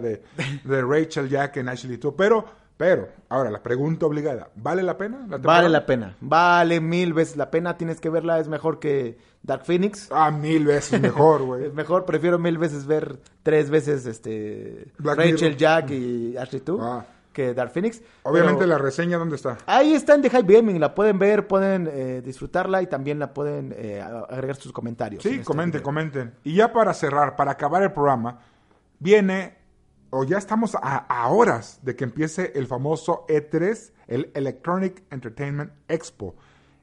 [SPEAKER 1] (laughs)
[SPEAKER 2] de, de Rachel Jack en Ashley 2. Pero, pero, ahora la pregunta obligada, ¿vale la pena? la temporada?
[SPEAKER 1] Vale la pena, vale mil veces la pena, tienes que verla, es mejor que Dark Phoenix.
[SPEAKER 2] Ah, mil veces mejor, güey.
[SPEAKER 1] (laughs) Es mejor, prefiero mil veces ver tres veces este
[SPEAKER 2] Black
[SPEAKER 1] Rachel
[SPEAKER 2] Mirror.
[SPEAKER 1] Jack y Ashley Two
[SPEAKER 2] Ah.
[SPEAKER 1] que Dark Phoenix.
[SPEAKER 2] Obviamente
[SPEAKER 1] Pero
[SPEAKER 2] la reseña, ¿dónde está?
[SPEAKER 1] Ahí está en The Hype Gaming, la pueden ver, pueden eh, disfrutarla y también la pueden eh, a- agregar sus comentarios. en
[SPEAKER 2] Sí,
[SPEAKER 1] este
[SPEAKER 2] comenten,
[SPEAKER 1] video.
[SPEAKER 2] comenten. Y ya para cerrar, para acabar el programa, viene, o ya estamos a, a E horas de que empiece el famoso E3, el Electronic Entertainment Expo.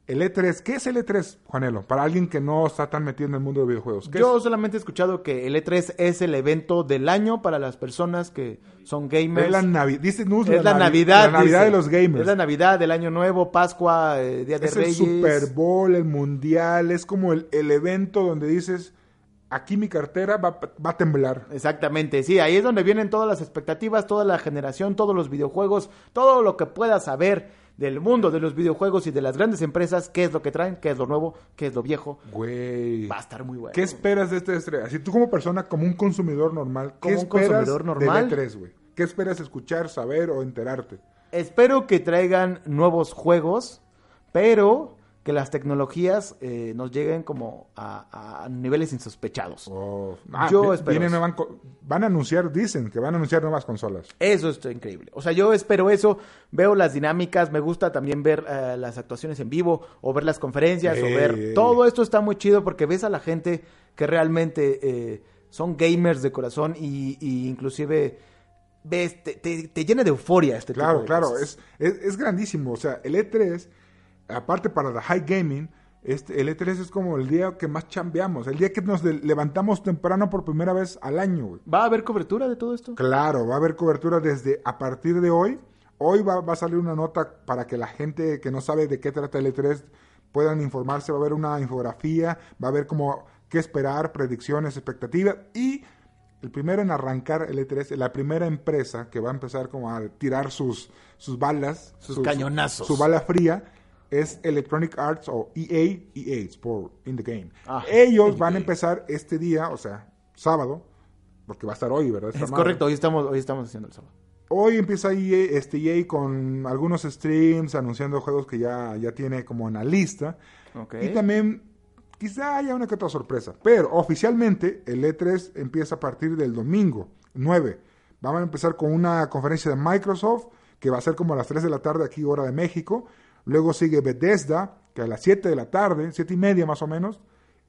[SPEAKER 2] El E3, ¿qué es el E3, Juanelo? Para alguien que no está tan metido en el mundo de videojuegos. ¿qué
[SPEAKER 1] Yo
[SPEAKER 2] es?
[SPEAKER 1] solamente he escuchado que el E3 es el evento del año para las personas que son gamers.
[SPEAKER 2] Es la, Navi- dice Nus,
[SPEAKER 1] Es la,
[SPEAKER 2] Navi-
[SPEAKER 1] Navidad.
[SPEAKER 2] Pues La Navidad
[SPEAKER 1] dice.
[SPEAKER 2] de los gamers.
[SPEAKER 1] Es la Navidad, el Año Nuevo, Pascua, eh, Día de
[SPEAKER 2] Es el
[SPEAKER 1] Reyes.
[SPEAKER 2] Super Bowl, el Mundial, es como el, el evento donde dices, aquí mi cartera va, va a temblar.
[SPEAKER 1] Exactamente, sí, ahí es donde vienen todas las expectativas, toda la generación, todos los videojuegos, todo lo que puedas saber del mundo de los videojuegos y de las grandes empresas, qué es lo que traen, qué es lo nuevo, qué es lo viejo.
[SPEAKER 2] Güey.
[SPEAKER 1] Va a estar muy bueno.
[SPEAKER 2] ¿Qué esperas de este estrella? Si tú como persona, como un consumidor normal, ¿qué
[SPEAKER 1] Como un
[SPEAKER 2] esperas
[SPEAKER 1] consumidor normal.
[SPEAKER 2] del E3, güey? ¿Qué esperas escuchar, saber o enterarte?
[SPEAKER 1] Espero que traigan nuevos juegos, pero que las tecnologías eh, nos lleguen como a, a niveles insospechados.
[SPEAKER 2] O-
[SPEAKER 1] Yo
[SPEAKER 2] Ah, vi-
[SPEAKER 1] espero eso.
[SPEAKER 2] vienen
[SPEAKER 1] Este
[SPEAKER 2] nuevan co- van a anunciar, dicen que van a anunciar nuevas consolas.
[SPEAKER 1] Eso está increíble. O sea, yo espero eso, veo las dinámicas, me gusta también ver eh, las actuaciones en vivo o ver las conferencias o
[SPEAKER 2] Ey,
[SPEAKER 1] ver...
[SPEAKER 2] ey.
[SPEAKER 1] Todo esto está muy chido porque ves a la gente que realmente eh, son gamers de corazón y, y inclusive ves, te, te- te llena de euforia este tipo
[SPEAKER 2] Claro,
[SPEAKER 1] de
[SPEAKER 2] claro,
[SPEAKER 1] cosas.
[SPEAKER 2] es, es, es grandísimo. O sea, el E3, aparte para la high gaming, este, el E3 es como el día que más chambeamos, el día que nos de- levantamos temprano por primera vez al año, güey.
[SPEAKER 1] ¿Va a haber cobertura de todo esto?
[SPEAKER 2] Claro, va a haber cobertura desde a partir de hoy. Hoy va, va a salir una nota para que la gente que no sabe de qué trata el E3 puedan informarse. Va a haber una infografía, va a haber como qué esperar, predicciones, expectativas. Y el primero en arrancar el E3, la primera empresa que va a empezar como a tirar sus, sus balas, sus,
[SPEAKER 1] cañonazos.
[SPEAKER 2] su bala fría, es Electronic Arts o E EA, EA, por In the Game.
[SPEAKER 1] Ah,
[SPEAKER 2] Ellos van a empezar este día, o sea, sábado, porque va a estar hoy, ¿verdad? Esta
[SPEAKER 1] Es
[SPEAKER 2] madre.
[SPEAKER 1] correcto, hoy estamos, hoy estamos haciendo el sábado.
[SPEAKER 2] Hoy empieza EA, este EA con algunos streams anunciando juegos que ya, ya tiene como en la lista.
[SPEAKER 1] Ok.
[SPEAKER 2] Y también quizá haya una que otra sorpresa. Pero oficialmente el E3 empieza a partir del domingo 9. Vamos a empezar con una conferencia de Microsoft que va a ser como a las 3 de la tarde aquí hora de México. Luego sigue Bethesda que a las 7 de la tarde, 7 y media más o menos.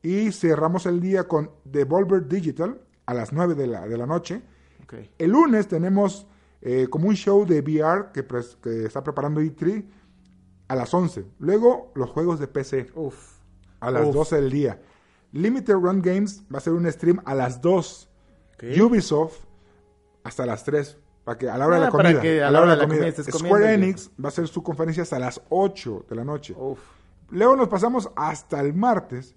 [SPEAKER 2] Y cerramos el día con Devolver Digital a las 9 de la, de la noche.
[SPEAKER 1] Ok.
[SPEAKER 2] El lunes tenemos eh, como un show de VR que, pres- que está preparando E3 a las 11. Luego los juegos de PC
[SPEAKER 1] Uf.
[SPEAKER 2] a las
[SPEAKER 1] Uf.
[SPEAKER 2] 12 del día. Limited Run Games va a ser un stream a las 2. Ubisoft hasta las 3. Para que a la hora de
[SPEAKER 1] Ah,
[SPEAKER 2] la
[SPEAKER 1] para
[SPEAKER 2] comida.
[SPEAKER 1] que
[SPEAKER 2] a la hora de la comida.
[SPEAKER 1] estés comiendo,
[SPEAKER 2] Square
[SPEAKER 1] ya.
[SPEAKER 2] Enix va a hacer su conferencia hasta las 8 de la noche.
[SPEAKER 1] Uf.
[SPEAKER 2] Luego nos pasamos hasta el martes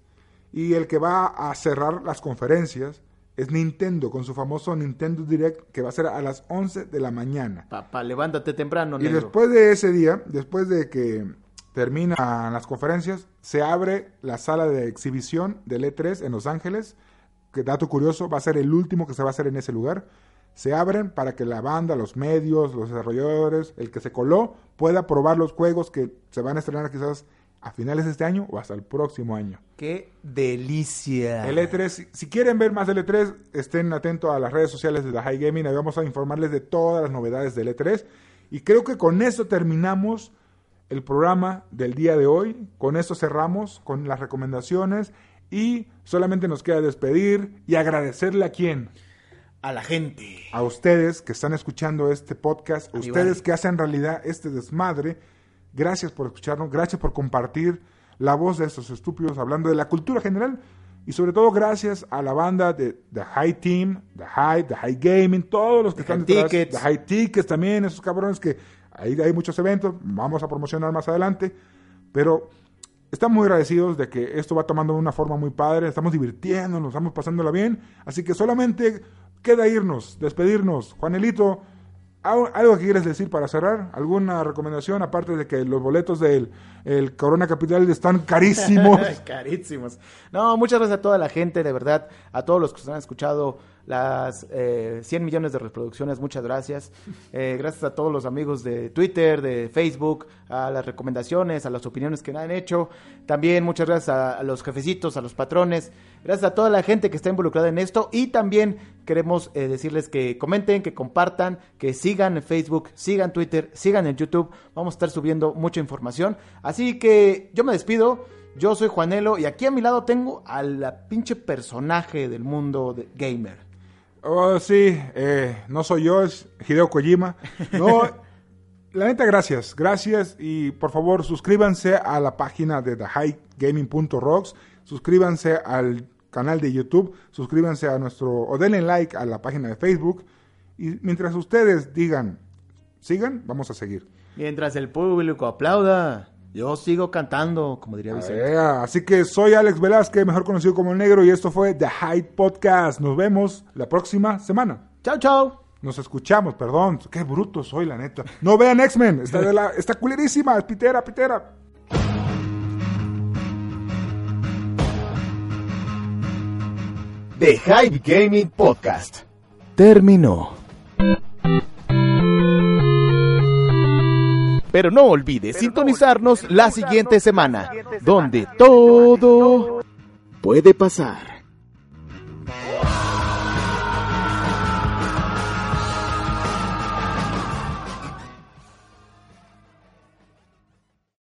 [SPEAKER 2] y el que va a cerrar las conferencias es Nintendo con su famoso Nintendo Direct que va a ser a las 11 de la mañana.
[SPEAKER 1] Papá, levántate temprano,
[SPEAKER 2] Y
[SPEAKER 1] negro.
[SPEAKER 2] después de ese día, después de que terminan las conferencias, se abre la sala de exhibición del E3 en Los Ángeles, que dato curioso, va a ser el último que se va a hacer en ese lugar. Se abren para que la banda, los medios, los desarrolladores, el que se coló, pueda probar los juegos que se van a estrenar quizás a finales de este año o hasta el próximo año.
[SPEAKER 1] Qué delicia.
[SPEAKER 2] El E E3, si- si quieren ver más del E3, estén atentos a las redes sociales de la High Gaming. Ahí vamos a informarles de todas las novedades del E3. Y creo que con esto terminamos el programa del día de hoy. Con esto cerramos con las recomendaciones. Y solamente nos queda despedir y agradecerle a quién.
[SPEAKER 1] A la gente.
[SPEAKER 2] A ustedes que están escuchando este podcast,
[SPEAKER 1] Ahí va.
[SPEAKER 2] ustedes que hacen realidad este desmadre. Gracias por escucharnos, gracias por compartir la voz de estos estúpidos hablando de la cultura general y sobre todo gracias a la banda de The High Team, The High, The High Gaming, todos los que
[SPEAKER 1] The
[SPEAKER 2] están
[SPEAKER 1] High
[SPEAKER 2] detrás,
[SPEAKER 1] Tickets.
[SPEAKER 2] The High Tickets también, esos cabrones que ahí hay muchos eventos, vamos a promocionar más adelante, pero Estamos muy agradecidos de que esto va tomando una forma muy padre, estamos divirtiéndonos, estamos pasándola bien, así que solamente queda irnos, despedirnos. Juanelito, ¿al- ¿algo que quieres decir para cerrar? ¿Alguna recomendación? Aparte de que los boletos del el Corona Capital están carísimos.
[SPEAKER 1] (laughs) Carísimos. No, muchas gracias a toda la gente, de verdad, a todos los que nos han escuchado las eh, 100 millones de reproducciones, muchas gracias. Eh, gracias a todos los amigos de Twitter, de Facebook, a las recomendaciones, a las opiniones que han hecho. También muchas gracias a, a los jefecitos, a los patrones. Gracias a toda la gente que está involucrada en esto. Y también queremos eh, decirles que comenten, que compartan, que sigan en Facebook, sigan Twitter, sigan en YouTube. Vamos a estar subiendo mucha información. Así que yo me despido. Yo soy Juanelo y aquí a mi lado tengo a la pinche personaje del mundo de gamer.
[SPEAKER 2] Oh, sí, eh, no soy yo, es Hideo Kojima. No, la neta, gracias, gracias y por favor suscríbanse a la página de thehighgaming.rocks, suscríbanse al canal de YouTube, suscríbanse a nuestro o denle like a la página de Facebook y mientras ustedes digan sigan, vamos a seguir.
[SPEAKER 1] Mientras el público aplauda, yo sigo cantando, como diría Vicente.
[SPEAKER 2] Ea, Eh, así que soy Alex Velázquez, mejor conocido como El Negro y esto fue The Hyde Podcast. Nos vemos la próxima semana.
[SPEAKER 1] Chao, chao.
[SPEAKER 2] Nos escuchamos, perdón. Qué bruto soy, la neta. No vean X-Men. Está, de la- está culerísima. es Pitera, pitera.
[SPEAKER 4] The Hype Gaming Podcast.
[SPEAKER 1] Terminó.
[SPEAKER 5] Pero no olvides sintonizarnos la siguiente semana, donde todo puede pasar.